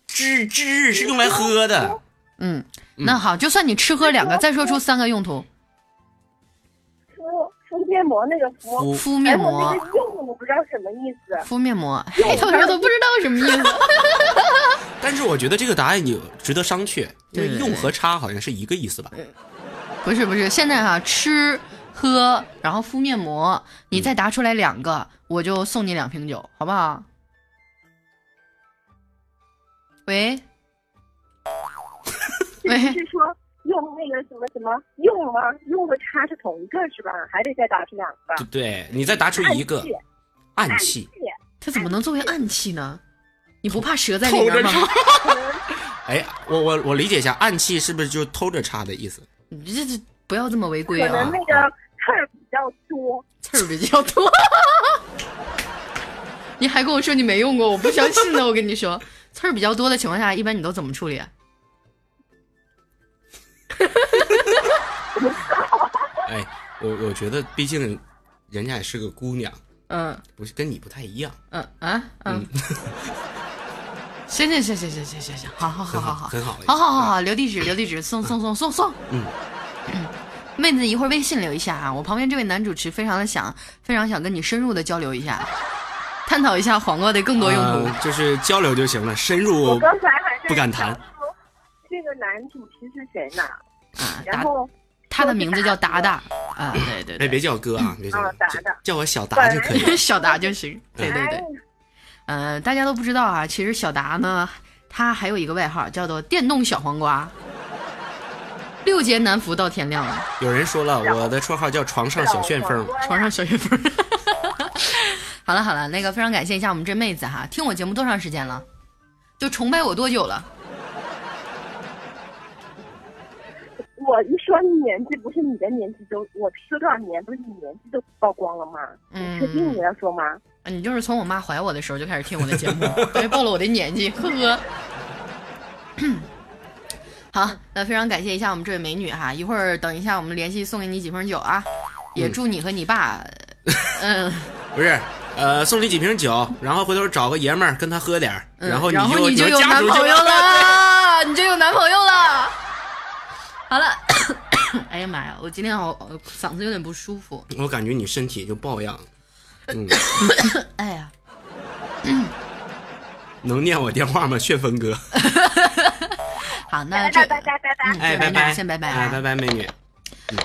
Speaker 3: 汁汁是用来喝的。
Speaker 1: 嗯，那好，就算你吃喝两个，再说出三个用途，
Speaker 5: 敷敷面膜那个敷，
Speaker 3: 敷
Speaker 1: 敷面
Speaker 5: 然
Speaker 1: 膜
Speaker 5: 后那。个用我不知道什么意 思。
Speaker 1: 敷面膜，嘿，他哎说都不知道什么 意思。
Speaker 3: 但是我觉得这个答案有值得商榷，因
Speaker 1: 对
Speaker 3: 为
Speaker 1: 对
Speaker 3: 用
Speaker 1: 对
Speaker 3: 和差好像是一个意思吧？
Speaker 1: 不是不是，现在哈、吃喝，然后敷面膜，你再答出来两个，我就送你两瓶酒，好不好？嗯喂，喂，
Speaker 5: 是说用那个什么什么用吗？用和差是同一个是吧？还得再打出两个
Speaker 3: 对。对，你再答出一个暗器，
Speaker 5: 哎
Speaker 1: 它怎么能作为暗器呢？你不怕蛇在里面吗？
Speaker 3: 哎，我我我理解一下，暗器是不是就偷着插的意思？
Speaker 1: 你这这不要这么违规
Speaker 5: 可
Speaker 1: 啊
Speaker 5: 能，那个刺儿比较多。
Speaker 1: 刺儿比较多。 你还跟我说你没用过，我不相信呢！我跟你说，刺儿比较多的情况下，一般你都怎么处理？啊
Speaker 3: 哎，我我觉得毕竟人家也是个姑娘，
Speaker 1: 嗯
Speaker 3: 不是跟你不太一样。
Speaker 1: 嗯啊嗯。 行行行行行行行行，好好好嗯好好，
Speaker 3: 很好很
Speaker 1: 好
Speaker 3: 好
Speaker 1: 好好好，留地址留地址，送送送送送。嗯，妹子一会儿微信留一下啊，我旁边这位男主持非常的想，非常想跟你深入的交流一下，探讨一下黄瓜的更多用途。
Speaker 3: 呃就是交流就行了，深入
Speaker 5: 我刚才还在
Speaker 3: 不敢谈。
Speaker 5: 这个男主持是谁呢？
Speaker 1: 啊
Speaker 5: 然
Speaker 1: 达，
Speaker 5: 后
Speaker 1: 他的名字叫达达啊，对对
Speaker 3: 哎，别
Speaker 1: 对，
Speaker 3: 叫哥啊，别叫
Speaker 5: 啊
Speaker 1: 嗯
Speaker 3: 哥
Speaker 5: 打
Speaker 3: 叫
Speaker 5: 的
Speaker 3: 叫我小达就可以 了。
Speaker 1: 小达就行，对对对
Speaker 5: 哎。
Speaker 1: 呃，大家都不知道啊，其实小达呢，他还有一个外号叫做“电动小黄瓜”， 六节南服到天亮了，
Speaker 3: 有人说了，我的绰号叫床上
Speaker 5: 啊
Speaker 3: 小旋风，
Speaker 1: 床上小旋风。 好了好了，那个非常感谢一下我们这妹子哈，听我节目多长时间了？就崇拜我多久了？
Speaker 5: 我一说年纪不是你的年纪都，我说多少年不是你年纪都曝光了吗？
Speaker 1: 嗯
Speaker 5: 你确定你要说吗？
Speaker 1: 你就是从我妈怀我的时候就开始听我的节目，对，暴露我的年纪，呵呵。好，那非常感谢一下我们这位美女哈，一会儿等一下我们联系送给你几瓶酒啊，
Speaker 3: 嗯
Speaker 1: 也祝你和你 爸，嗯，
Speaker 3: 不是，呃，送你几瓶酒，然后回头找个爷们儿跟他喝点儿，
Speaker 1: 嗯
Speaker 3: 然后你
Speaker 1: 然后
Speaker 3: 就
Speaker 1: 你就
Speaker 3: 有
Speaker 1: 有
Speaker 3: 家
Speaker 1: 男
Speaker 3: 属
Speaker 1: 朋
Speaker 3: 就
Speaker 1: 友。了， 你就有男朋友了。好了，哎呀妈呀，我今天好呃嗓子有点不舒服，
Speaker 3: 我感觉你身体就抱恙，嗯，
Speaker 1: 哎呀，
Speaker 3: 能念我电话吗，旋风哥？
Speaker 1: 好，那嗯
Speaker 5: 拜
Speaker 1: 这
Speaker 5: 拜，拜拜拜拜。
Speaker 3: 哎，拜拜，
Speaker 1: 先拜拜啊
Speaker 3: 哎，拜拜，美女。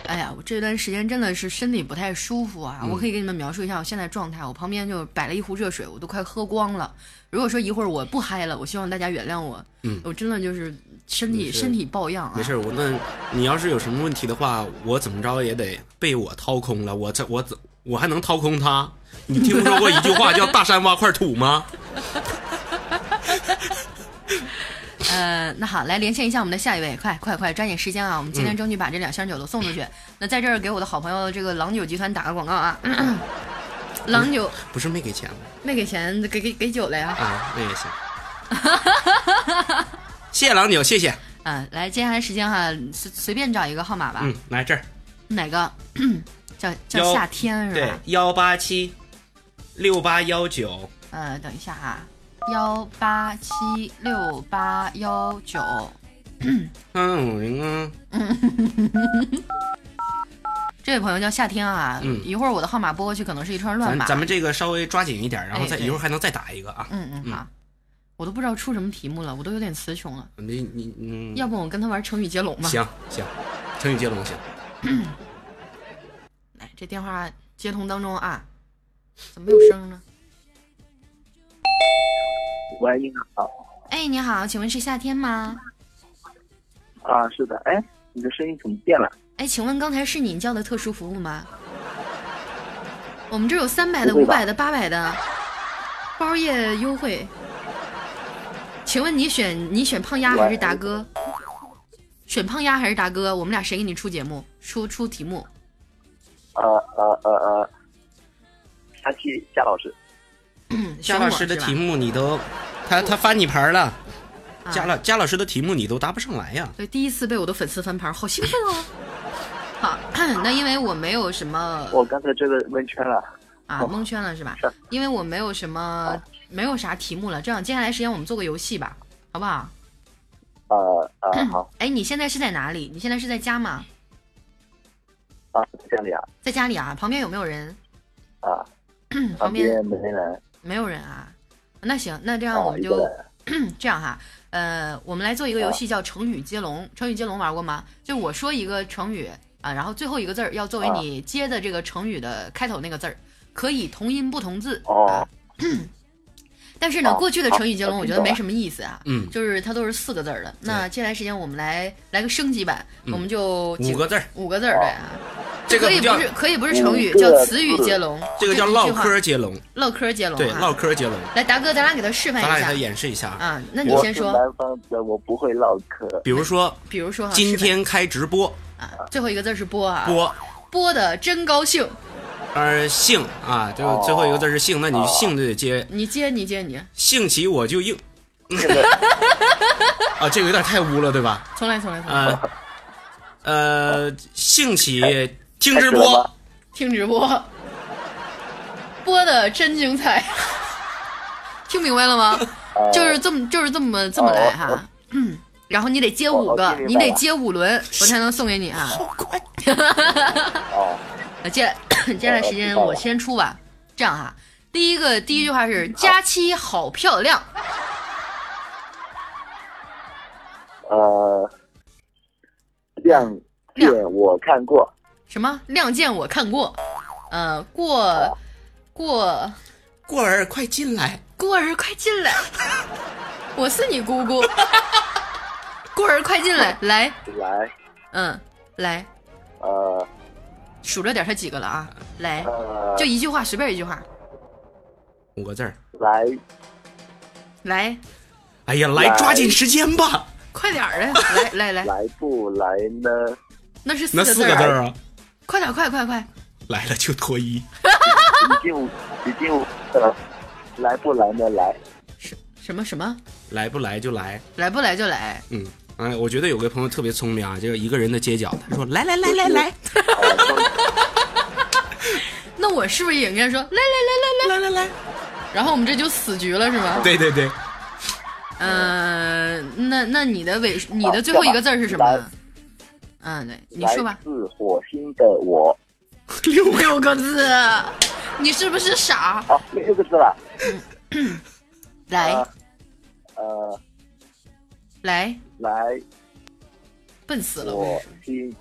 Speaker 1: 哎呀，我这段时间真的是身体不太舒服啊！我可
Speaker 3: 嗯
Speaker 1: 以给你们描述一下我现在状态。我旁边就摆了一壶热水，我都快喝光了。如果说一会儿我不嗨了，我希望大家原谅我。
Speaker 3: 嗯
Speaker 1: 我真的就是身体
Speaker 3: 没事
Speaker 1: 身体抱恙啊。
Speaker 3: 没事，我那你要是有什么问题的话，我怎么着也得被我掏空了，我这我怎我还能掏空它？你听说过一句话叫“大山挖块土”吗？
Speaker 1: 呃，那好，来连线一下我们的下一位，快快快，抓紧时间啊！我们
Speaker 3: 嗯
Speaker 1: 今天争取把这两箱酒都送出去。那在这儿给我的好朋友这个郎酒集团打个广告 啊！郎酒
Speaker 3: 不是没给钱吗？
Speaker 1: 没给钱，给给给酒了呀！
Speaker 3: 啊，那也行。谢谢郎九，谢谢。
Speaker 1: 啊，来，接下来时间哈，随随便找一个号码吧，
Speaker 3: 嗯，来这儿，
Speaker 1: 哪个 叫叫
Speaker 3: 幺
Speaker 1: 夏天是
Speaker 3: 对
Speaker 1: 吧？，
Speaker 3: 幺八七六八幺九
Speaker 1: 呃，等一下啊，幺八七六八幺九，
Speaker 3: 三五零啊。
Speaker 1: 这位朋友叫夏天啊，
Speaker 3: 嗯
Speaker 1: 一会儿我的号码拨过去可能是一串乱
Speaker 3: 咱
Speaker 1: 码，
Speaker 3: 咱们这个稍微抓紧一点，然后
Speaker 1: 哎
Speaker 3: 再
Speaker 1: 对
Speaker 3: 一会儿还能再打一个啊。
Speaker 1: 嗯嗯
Speaker 3: 嗯
Speaker 1: 好，我都不知道出什么题目了，我都有点词穷了。
Speaker 3: 你你嗯，
Speaker 1: 要不我跟他玩成语接龙吧？，
Speaker 3: 行行，成语接龙行。
Speaker 1: 哎，这电话接通当中啊，怎么没有声呢？
Speaker 7: 喂，你好
Speaker 1: 哎，你好，请问是夏天吗？
Speaker 7: 啊，是的，哎，你的声音怎么变了？
Speaker 1: 哎，请问刚才是你叫的特殊服务吗？我们这有三百的、
Speaker 7: 不
Speaker 1: 五
Speaker 7: 会吧
Speaker 1: 百的、八百的，包夜优惠。请问你选你选胖丫还是达哥？选胖丫还是达哥？我们俩谁给你出节目？出出题目？
Speaker 7: 呃呃呃呃，夏替夏老师，
Speaker 1: 嗯选
Speaker 3: 贾
Speaker 1: 我
Speaker 3: 老师的
Speaker 1: 是吧
Speaker 3: 题目你都，他他翻你牌了。
Speaker 1: 啊
Speaker 3: 贾老贾老师的题目你都答不上来呀。
Speaker 1: 对，第一次被我的粉丝翻牌，好兴奋 哦！好，那因为我没有什么
Speaker 7: 我刚才真的蒙圈了。
Speaker 1: 啊，蒙圈了是吧？因为我没有什么，没有啥题目了。这样，接下来时间我们做个游戏吧，好不好？
Speaker 7: 呃呃，好
Speaker 1: 哎，你现在是在哪里？你现在是在家吗？
Speaker 7: 啊，这样的呀，
Speaker 1: 在家里啊？旁边有没有人？嗯
Speaker 7: 啊，
Speaker 1: 旁
Speaker 7: 旁
Speaker 1: 边
Speaker 7: 边没人，
Speaker 1: 没有人啊？那行，那这样
Speaker 7: 啊
Speaker 1: 我们
Speaker 7: 一
Speaker 1: 就
Speaker 7: 个人啊
Speaker 1: 这样哈。呃，我们来做一个游戏，叫成语接龙。成语接龙玩过吗？就我说一个成语啊，然后最后一个字儿要作为
Speaker 7: 啊
Speaker 1: 你接的这个成语的开头那个字儿，可以同音不同字
Speaker 7: 哦
Speaker 1: 啊。 但是呢，
Speaker 7: 哦
Speaker 1: 过去的成语接龙
Speaker 7: 好
Speaker 1: 我觉得
Speaker 7: 我听懂
Speaker 1: 没
Speaker 7: 了嗯
Speaker 1: 什么意思啊。
Speaker 3: 嗯，
Speaker 1: 就是它都是四个字儿的。那接下来时间我们来来个升级版，
Speaker 3: 嗯
Speaker 1: 我们就几
Speaker 3: 五个字儿，
Speaker 1: 五个字儿对啊，
Speaker 3: 这个
Speaker 1: 可以
Speaker 3: 不叫
Speaker 1: 不是可以不是成语，
Speaker 7: 五个
Speaker 1: 叫词语接龙，
Speaker 3: 这个叫
Speaker 1: 哦一句
Speaker 3: 唠
Speaker 1: 话
Speaker 3: 嗑接龙，
Speaker 1: 唠嗑接龙
Speaker 3: 对，
Speaker 1: 啊
Speaker 3: 唠嗑接龙。
Speaker 1: 来，达哥，咱俩给他示范
Speaker 3: 咱俩给他
Speaker 1: 一下
Speaker 3: 演示一下啊。
Speaker 1: 啊。那你
Speaker 7: 我
Speaker 1: 先
Speaker 7: 是
Speaker 1: 说，
Speaker 7: 南方的，我不会唠嗑。
Speaker 3: 比如说
Speaker 1: 比如说哈
Speaker 3: 今
Speaker 1: 示
Speaker 3: 天开直播，
Speaker 1: 范啊，最后一个字是播啊，
Speaker 3: 播
Speaker 1: 播的真高兴，
Speaker 3: 呃姓啊，这个最后一个字是姓，那你姓就得接
Speaker 1: 你接你接你，
Speaker 3: 兴起我就 硬
Speaker 7: 这个
Speaker 3: 啊，这个有点太污了，对吧？
Speaker 1: 重来重来重来，
Speaker 3: 呃呃，兴起听
Speaker 7: 开
Speaker 3: 直
Speaker 7: 始了
Speaker 3: 播
Speaker 7: 吗，
Speaker 1: 听直播，播的真 精彩，听明白了吗？
Speaker 7: 呃
Speaker 1: 就是这么就是这么这么来哈、 嗯，然后你得接五个
Speaker 7: 哦我，听
Speaker 1: 你
Speaker 7: 明白了
Speaker 1: 得接五轮，我才能送给 你啊。
Speaker 7: 哦，
Speaker 1: 呃接接下来时间我先出吧，这样哈、第一个第一句话是
Speaker 7: 嗯
Speaker 1: 佳期好漂亮，
Speaker 7: 呃，亮
Speaker 1: 嗯
Speaker 7: 剑我看过，
Speaker 1: 什么亮剑我看过，呃过过
Speaker 3: 过儿快进来，
Speaker 1: 过儿快进来， 我是你姑 姑，过儿快进来 来，
Speaker 7: 来，
Speaker 1: 嗯来
Speaker 7: 呃
Speaker 1: 数着点他几个了啊，来
Speaker 7: 呃，
Speaker 1: 就一句话随便一句话
Speaker 3: 五个字儿。
Speaker 7: 来
Speaker 1: 来。
Speaker 3: 哎呀，来
Speaker 7: 来
Speaker 3: 抓紧时间吧，
Speaker 1: 快点儿的， 来来来，
Speaker 7: 来不来呢？
Speaker 1: 那是四
Speaker 3: 那
Speaker 1: 个
Speaker 3: 四
Speaker 1: 字
Speaker 3: 个
Speaker 1: 儿
Speaker 3: 字
Speaker 1: 啊，
Speaker 3: 儿啊，
Speaker 1: 快点儿，快快快！
Speaker 3: 来了就脱衣，
Speaker 7: 已经已经呃，来不来呢？来，
Speaker 1: 什什么什么，
Speaker 3: 来不来就来。
Speaker 1: 来不来就来，
Speaker 3: 嗯，哎，我觉得有个朋友特别聪明啊，就是一个人的街角，他说来来来来来
Speaker 1: 那我是不是也应该说来来来
Speaker 3: 来来来，
Speaker 1: 来？然后我们这就死局了是吗？
Speaker 3: 对对对，
Speaker 1: 嗯、那那你的尾，你的最后一个字儿是什么
Speaker 7: 好要
Speaker 1: 呢？嗯，对，你说吧
Speaker 7: 来，自火星的我，
Speaker 1: 六六个字，你是不是傻？
Speaker 7: 好、六六个字了。
Speaker 1: 来、
Speaker 7: 啊呃，
Speaker 1: 来，
Speaker 7: 来
Speaker 1: 笨死了！
Speaker 7: 火星，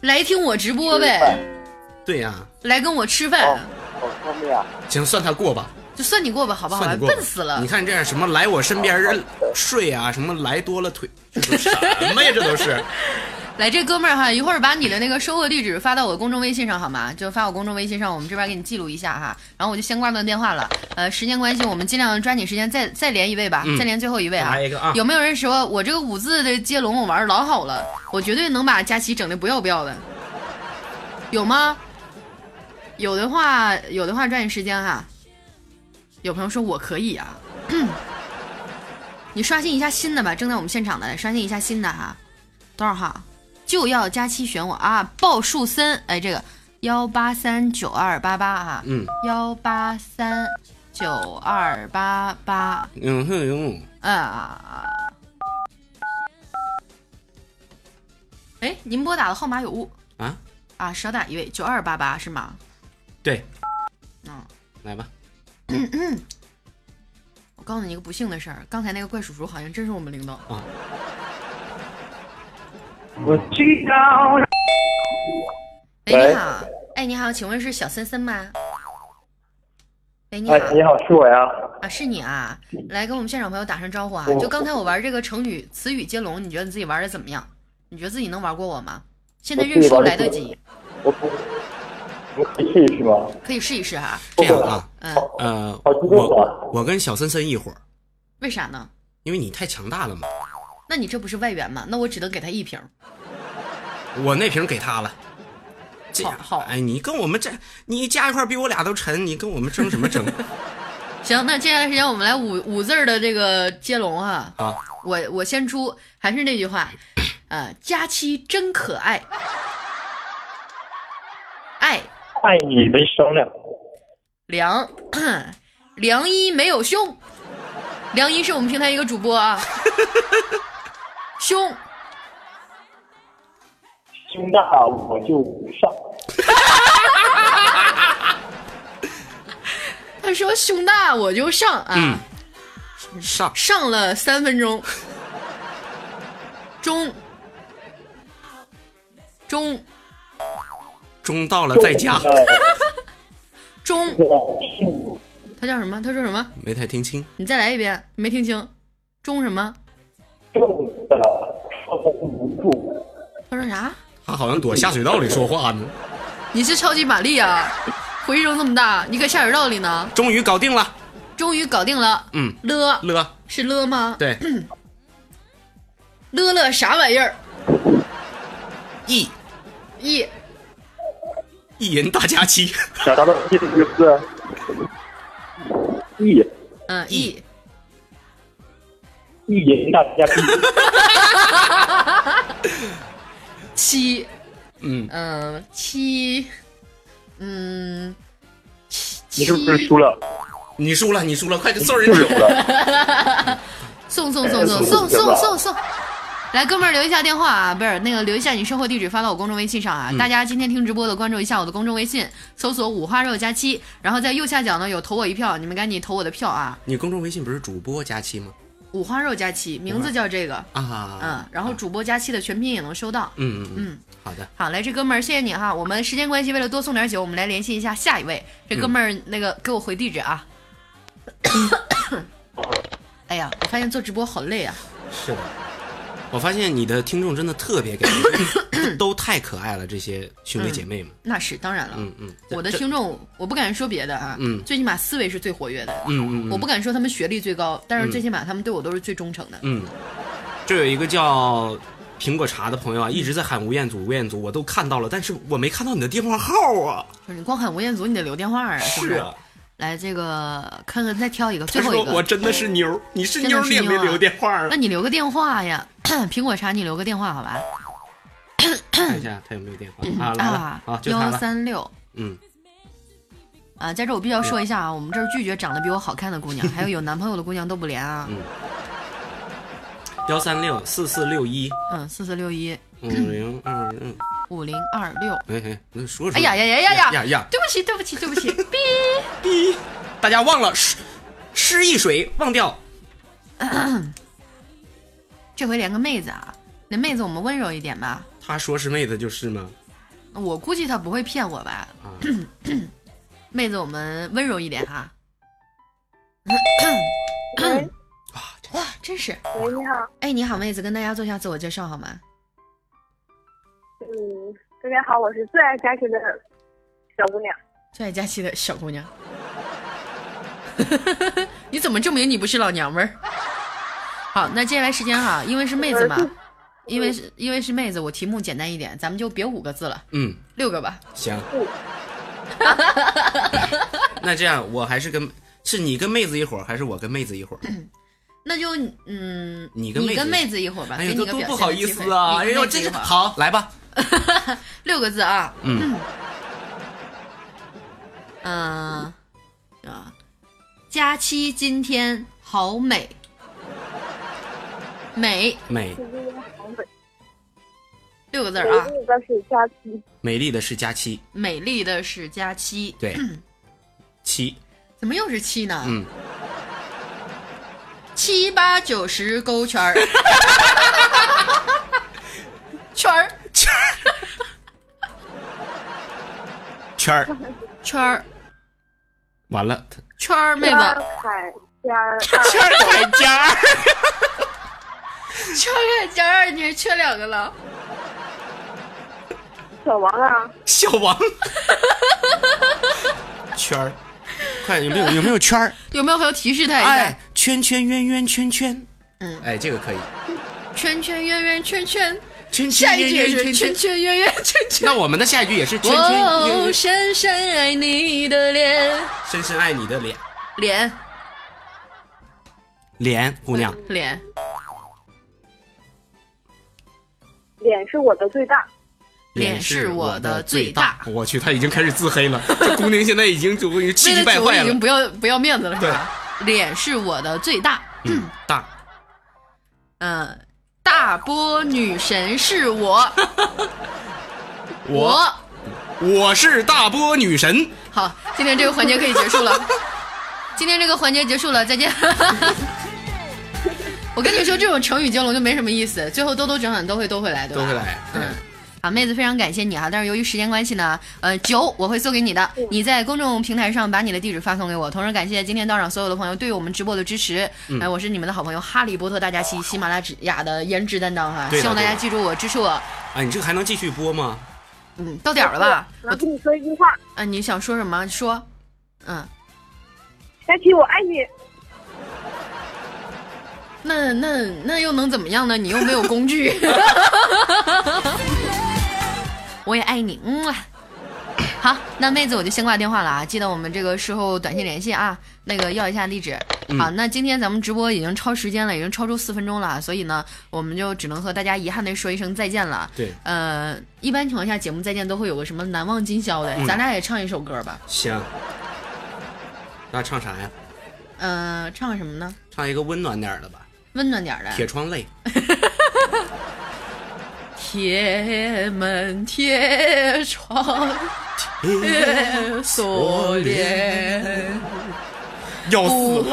Speaker 1: 来听我直播
Speaker 7: 吃饭
Speaker 1: 呗，
Speaker 3: 对呀、
Speaker 1: 来跟我吃饭，
Speaker 7: 哦，好后面啊，
Speaker 3: 行，算他过吧，
Speaker 1: 就算你过吧，好不好？
Speaker 3: 算你过吧。
Speaker 1: 笨死了
Speaker 3: 你！看这样什么来我身边人睡啊，什么来多了腿，这都什么呀？这都是
Speaker 1: 来，这哥们儿哈，一会儿把你的那个收货地址发到我公众微信上好吗？就发我公众微信上，我们这边给你记录一下哈。然后我就先挂断电话了。呃，时间关系，我们尽量抓紧时间再再连一位吧，
Speaker 3: 嗯
Speaker 1: 再连最后一位啊。
Speaker 3: 来一个啊
Speaker 1: 有没有人说我这个五字的接龙我玩儿老好了，我绝对能把佳琪整的不要不要的？有吗？有的话，有的话抓紧时间哈。有朋友说我可以啊，你刷新一下新的吧，正在我们现场的，刷新一下新的哈。多少号？就要佳期选我啊！鲍树森，哎，这个幺八三九二八八啊，
Speaker 3: 嗯
Speaker 1: 幺八三九二八八，
Speaker 3: 嗯哼嗯
Speaker 1: 啊。哎，您拨打的号码有误
Speaker 3: 啊，
Speaker 1: 啊，少打一位，九二八八是吗？
Speaker 3: 对，
Speaker 1: 嗯，
Speaker 3: 来吧，
Speaker 1: 我告诉你一个不幸的事儿，刚才那个怪叔叔好像真是我们领导。
Speaker 6: 我知道。
Speaker 1: 喂，
Speaker 7: 喂
Speaker 1: 你好，哎，你好，请问是小森森吗？喂，你好，
Speaker 7: 哎，你好，嗯是我呀。
Speaker 1: 啊，是你啊，来跟我们现场朋友打声招呼啊！
Speaker 7: 我
Speaker 1: 就刚才我玩这个成语词语接龙，你觉得你自己玩的怎么样？你觉得自己能玩过我吗？现在认
Speaker 7: 我自己
Speaker 1: 输
Speaker 7: 玩得
Speaker 1: 来得
Speaker 7: 过
Speaker 1: 及，
Speaker 7: 我我可以试一试吗？
Speaker 1: 可以试一试哈、
Speaker 3: 这样啊，
Speaker 1: 嗯，
Speaker 3: 呃，
Speaker 7: 好激动啊
Speaker 3: 我我跟小森森一伙儿，
Speaker 1: 为啥呢？
Speaker 3: 因为你太强大了嘛，
Speaker 1: 那你这不是外援吗？那我只能给他一瓶。
Speaker 3: 我那瓶给他了。这样
Speaker 1: 好好
Speaker 3: 哎，你跟我们这，你加一块比我俩都沉，你跟我们争什么争
Speaker 1: 行，那这段时间我们来五五字儿的这个接龙哈、
Speaker 3: 啊？
Speaker 1: 我我先出，还是那句话，呃，佳期真可爱，爱
Speaker 7: 爱你没商量。
Speaker 1: 梁 梁一没有胸，梁一是我们平台一个主播 啊，胸
Speaker 7: 胸大我就上。
Speaker 1: 他说胸大我就上啊，
Speaker 3: 嗯上
Speaker 1: 上了三分钟，中中
Speaker 3: 中到了再加，
Speaker 7: 哎
Speaker 1: 中，
Speaker 7: 对吧
Speaker 1: 他叫什么？他说什么？
Speaker 3: 没太听清。
Speaker 1: 你再来一遍，没听清。中什么？
Speaker 7: 重的靠不住，
Speaker 1: 他说啥？
Speaker 3: 他好像躲下水道里说话呢。
Speaker 1: 你是超级玛丽啊？回声这么大，你搁下水道里呢？
Speaker 3: 终于搞定了，
Speaker 1: 终于搞定了。
Speaker 3: 嗯，
Speaker 1: 了
Speaker 3: 了，
Speaker 1: 是了吗？
Speaker 3: 对，
Speaker 1: 乐乐啥玩意儿？
Speaker 3: 一
Speaker 1: 一
Speaker 3: 一人大假期，
Speaker 7: 想达到第四个字，一
Speaker 1: 嗯一
Speaker 3: 一
Speaker 7: 一赢大家必
Speaker 1: 七
Speaker 3: 嗯，
Speaker 1: 嗯七嗯七
Speaker 7: 你是不是
Speaker 1: 七
Speaker 7: 输了？
Speaker 3: 你输了，你输了，快给送 人
Speaker 7: 就
Speaker 3: 酒
Speaker 7: 是输。了。
Speaker 1: 送送
Speaker 7: 哎
Speaker 1: 送送送送送送。来，哥们儿留一下电话啊，不是那个留一下你收货地址发到我公众微信上
Speaker 7: 嗯
Speaker 1: 啊。大家今天听直播的关注一下我的公众微信，搜索“五花肉加七”，然后在右下角呢有投我一票，你们赶紧投我的票啊！
Speaker 3: 你公众微信不是主播假期吗？
Speaker 1: 五花肉加七，名字叫这个，嗯
Speaker 3: 啊，，
Speaker 1: 然后主播加七的全拼也能收到。
Speaker 3: 嗯嗯
Speaker 1: 嗯
Speaker 3: 嗯，好的，
Speaker 1: 好，来，这哥们儿，谢谢你哈。我们时间关系，为了多送点酒，我们来联系一下下一位。这哥们儿，那个给我回地址啊。
Speaker 3: 嗯
Speaker 1: 哎呀，我发现做直播好累啊。
Speaker 3: 是的。我发现你的听众真的特别给 力，都太可爱了，这些兄弟姐妹们。
Speaker 1: 那是当然了，
Speaker 3: 嗯嗯，
Speaker 1: 我的
Speaker 3: 这
Speaker 1: 听众，我不敢说别的啊，
Speaker 3: 嗯
Speaker 1: 最起码思维是最活跃的。
Speaker 3: 嗯嗯嗯，
Speaker 1: 我不敢说他们学历最高，但是
Speaker 3: 嗯
Speaker 1: 最起码他们对我都是最忠诚的。
Speaker 3: 嗯，这有一个叫苹果茶的朋友啊，一直在喊吴彦祖，吴彦祖，我都看到了，但是我没看到你的电话号啊。
Speaker 1: 就是你光喊吴彦祖，你得留电话啊。是不
Speaker 3: 是啊，
Speaker 1: 来这个看看，再挑一个，
Speaker 3: 他
Speaker 1: 最后
Speaker 3: 说
Speaker 1: 一
Speaker 3: 我
Speaker 1: 个。
Speaker 3: 真的是妞儿，你是
Speaker 1: 真的
Speaker 3: 妞儿，
Speaker 1: 是
Speaker 3: 你也没
Speaker 1: 妞啊
Speaker 3: 留电话啊
Speaker 1: 那。你留个电话呀， 苹果茶，你留个电话好吧？
Speaker 3: 看一下他有没有电话啊？来
Speaker 1: 嗯啊
Speaker 3: 了，啊，，就他
Speaker 1: 幺
Speaker 3: 了。
Speaker 1: 三六。
Speaker 3: 嗯，
Speaker 1: 啊，在这我必须要说一下啊，我们这儿拒绝长得比我好看的姑娘，还有有男朋友的姑娘都不连
Speaker 3: 嗯
Speaker 1: 啊。
Speaker 3: 幺三六四四六一
Speaker 1: 嗯，四四六一
Speaker 3: 五零二嗯，
Speaker 1: 五零二六。
Speaker 3: 哎哎，那说说。
Speaker 1: 哎呀呀呀呀呀
Speaker 3: 呀呀！
Speaker 1: 对不起，对不起，对不起，哔。
Speaker 3: 滴，大家忘了湿湿一水，忘掉。
Speaker 1: 这回连个妹子啊，那妹子我们温柔一点吧。
Speaker 3: 他说是妹子就是吗？
Speaker 1: 我估计她不会骗我吧？
Speaker 3: 啊，
Speaker 1: 妹子，我们温柔一点哈、 嗯
Speaker 5: 喂
Speaker 3: 啊
Speaker 1: 哇，真是！
Speaker 5: 喂，你好，
Speaker 1: 哎，你好，妹子，跟大家做一下自我介绍好吗？
Speaker 5: 嗯大家好，我是最爱佳琪的小姑娘。
Speaker 1: 最爱佳期的小姑娘， 你怎么证明你不是老娘们儿？好，那接下来时间哈，因为是妹子嘛，因为是因为是妹子，我题目简单一点，咱们就别五个字了，
Speaker 3: 嗯，
Speaker 1: 六个吧。
Speaker 3: 行。
Speaker 1: 哦
Speaker 3: 那这样，我还是跟是你跟妹子一伙儿，还是我跟妹子一伙儿？
Speaker 1: 那就嗯，
Speaker 3: 你跟妹子
Speaker 1: 跟妹子一会儿吧，
Speaker 3: 哎
Speaker 1: 给你
Speaker 3: 呦，都
Speaker 1: 个
Speaker 3: 多
Speaker 1: 表
Speaker 3: 不
Speaker 1: 现
Speaker 3: 好
Speaker 1: 的
Speaker 3: 意
Speaker 1: 机会
Speaker 3: 思啊！哎
Speaker 1: 你跟
Speaker 3: 呦，
Speaker 1: 妹子
Speaker 3: 这
Speaker 1: 一
Speaker 3: 是
Speaker 1: 会儿
Speaker 3: 好，来吧，
Speaker 1: 六个字啊，
Speaker 3: 嗯，
Speaker 1: 嗯、啊，佳期今天好美，美
Speaker 3: 美
Speaker 5: 今天好美，
Speaker 1: 六个字
Speaker 5: 我
Speaker 1: 儿啊，
Speaker 5: 那个是佳期，
Speaker 3: 美丽的是佳期，
Speaker 1: 美丽的是佳期，
Speaker 3: 对，七，
Speaker 1: 怎么又是七呢？
Speaker 3: 嗯，
Speaker 1: 七八九十勾圈 儿，圈儿
Speaker 3: 圈 儿，
Speaker 1: 圈儿
Speaker 3: 完了，
Speaker 1: 圈儿，妹
Speaker 5: 天儿
Speaker 1: 子，
Speaker 5: 海天儿
Speaker 3: 圈儿快尖儿，
Speaker 1: 圈儿圈儿，你还缺两个了。
Speaker 5: 小王啊，
Speaker 3: 小 王，圈儿，快有没有有没有圈儿？
Speaker 1: 有没有朋友提示他一下？
Speaker 3: 哎，圈圈圆圆圈圈，
Speaker 1: 嗯
Speaker 3: 哎，这个可以，
Speaker 1: 圈圈圆圆圈圈，
Speaker 3: 圈
Speaker 1: 下
Speaker 3: 圈
Speaker 1: 一
Speaker 3: 圆
Speaker 1: 句也
Speaker 3: 圆
Speaker 1: 是
Speaker 3: 圈
Speaker 1: 圈
Speaker 3: 圈。
Speaker 1: 圈圆圆圈圈。
Speaker 3: 那我们的下一句也是圈圈圆
Speaker 1: 哦，
Speaker 3: 圆，
Speaker 1: 深深爱你的脸，
Speaker 3: 深深爱你的脸，
Speaker 1: 脸
Speaker 3: 脸姑娘，
Speaker 1: 脸
Speaker 5: 脸是我的最大。
Speaker 1: 脸是我的最大。
Speaker 3: 我去，他已经开始自黑了。这姑娘现在已经就已经气
Speaker 1: 为
Speaker 3: 急
Speaker 1: 了
Speaker 3: 败
Speaker 1: 酒
Speaker 3: 坏
Speaker 1: 已
Speaker 3: 了
Speaker 1: 经。不要不要面子了，是吧？脸是我的最大，
Speaker 3: 嗯，大
Speaker 1: 嗯、大波女神是我， 我
Speaker 3: 我是大波女神。
Speaker 1: 好，今天这个环节可以结束 了。今天这个环节结束了，再见。 我跟你说，这种成语接龙就没什么意思，最后兜兜转转都会兜回来，对吧？
Speaker 3: 都会来
Speaker 1: 嗯。好，妹子，非常感谢你啊！但是由于时间关系呢，呃，酒我会送给你的。
Speaker 3: 嗯
Speaker 1: 你在公众平台上把你的地址发送给我。同时感谢今天到场所有的朋友对我们直播的支持。哎、
Speaker 3: 嗯
Speaker 1: 我是你们的好朋友哈利波特大假期喜马拉雅的颜值担当哈、
Speaker 3: 对的
Speaker 1: 希望大家
Speaker 3: 对的
Speaker 1: 记住我，支持我。
Speaker 3: 哎，你这个还能继续播吗？
Speaker 1: 嗯，到点儿了吧？
Speaker 5: 我
Speaker 1: 我，
Speaker 5: 跟你说一句话，
Speaker 1: 嗯、你想说什么？说，嗯。
Speaker 5: 佳琪，我爱你。
Speaker 1: 那那那又能怎么样呢？你又没有工具。 我也爱你，嗯。好，那妹子我就先挂电话了啊！记得我们这个事后短信联系啊，那个要一下地址。
Speaker 3: 嗯
Speaker 1: 好，那今天咱们直播已经超时间了，已经超出四分钟了，所以呢，我们就只能和大家遗憾的说一声再见了。
Speaker 3: 对，
Speaker 1: 呃，一般情况下节目再见都会有个什么难忘今宵的，
Speaker 3: 嗯
Speaker 1: 咱俩也唱一首歌吧。
Speaker 3: 行。那唱啥呀？
Speaker 1: 呃，唱什么呢？
Speaker 3: 唱一个温暖点儿的吧，
Speaker 1: 温暖点儿的。
Speaker 3: 《铁窗 泪
Speaker 1: 铁门铁窗铁锁链，》，
Speaker 3: 要
Speaker 1: 不！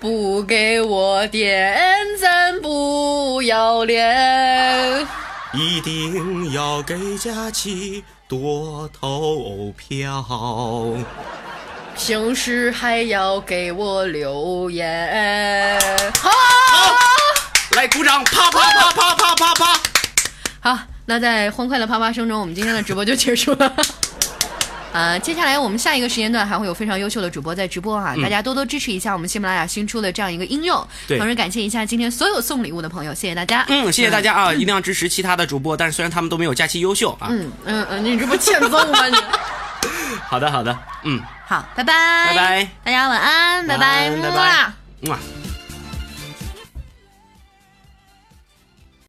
Speaker 1: 不给我点赞不要脸。
Speaker 2: 一定要给佳期多投票。
Speaker 1: 平时还要给我留言。好，
Speaker 3: 来鼓掌，啪啪啪啪啪啪啪。
Speaker 1: 好，那在欢快的啪啪声中，我们今天的直播就结束了。 呃，接下来我们下一个时间段还会有非常优秀的主播在直播哈、大家多多支持一下我们喜马拉雅新出的这样一个应用，
Speaker 3: 嗯对
Speaker 1: 同时感谢一下今天所有送礼物的朋友，谢谢大家。
Speaker 3: 嗯，谢谢大家啊，一定要支持其他的主播，但是虽然他们都没有假期优秀啊。
Speaker 1: 嗯嗯嗯，你这不欠揍吗你？
Speaker 3: 好的，好的，嗯，
Speaker 1: 好，拜拜，
Speaker 3: 拜拜，
Speaker 1: 大家晚安，拜
Speaker 3: 晚安拜拜
Speaker 1: 么啊
Speaker 3: 嗯啊。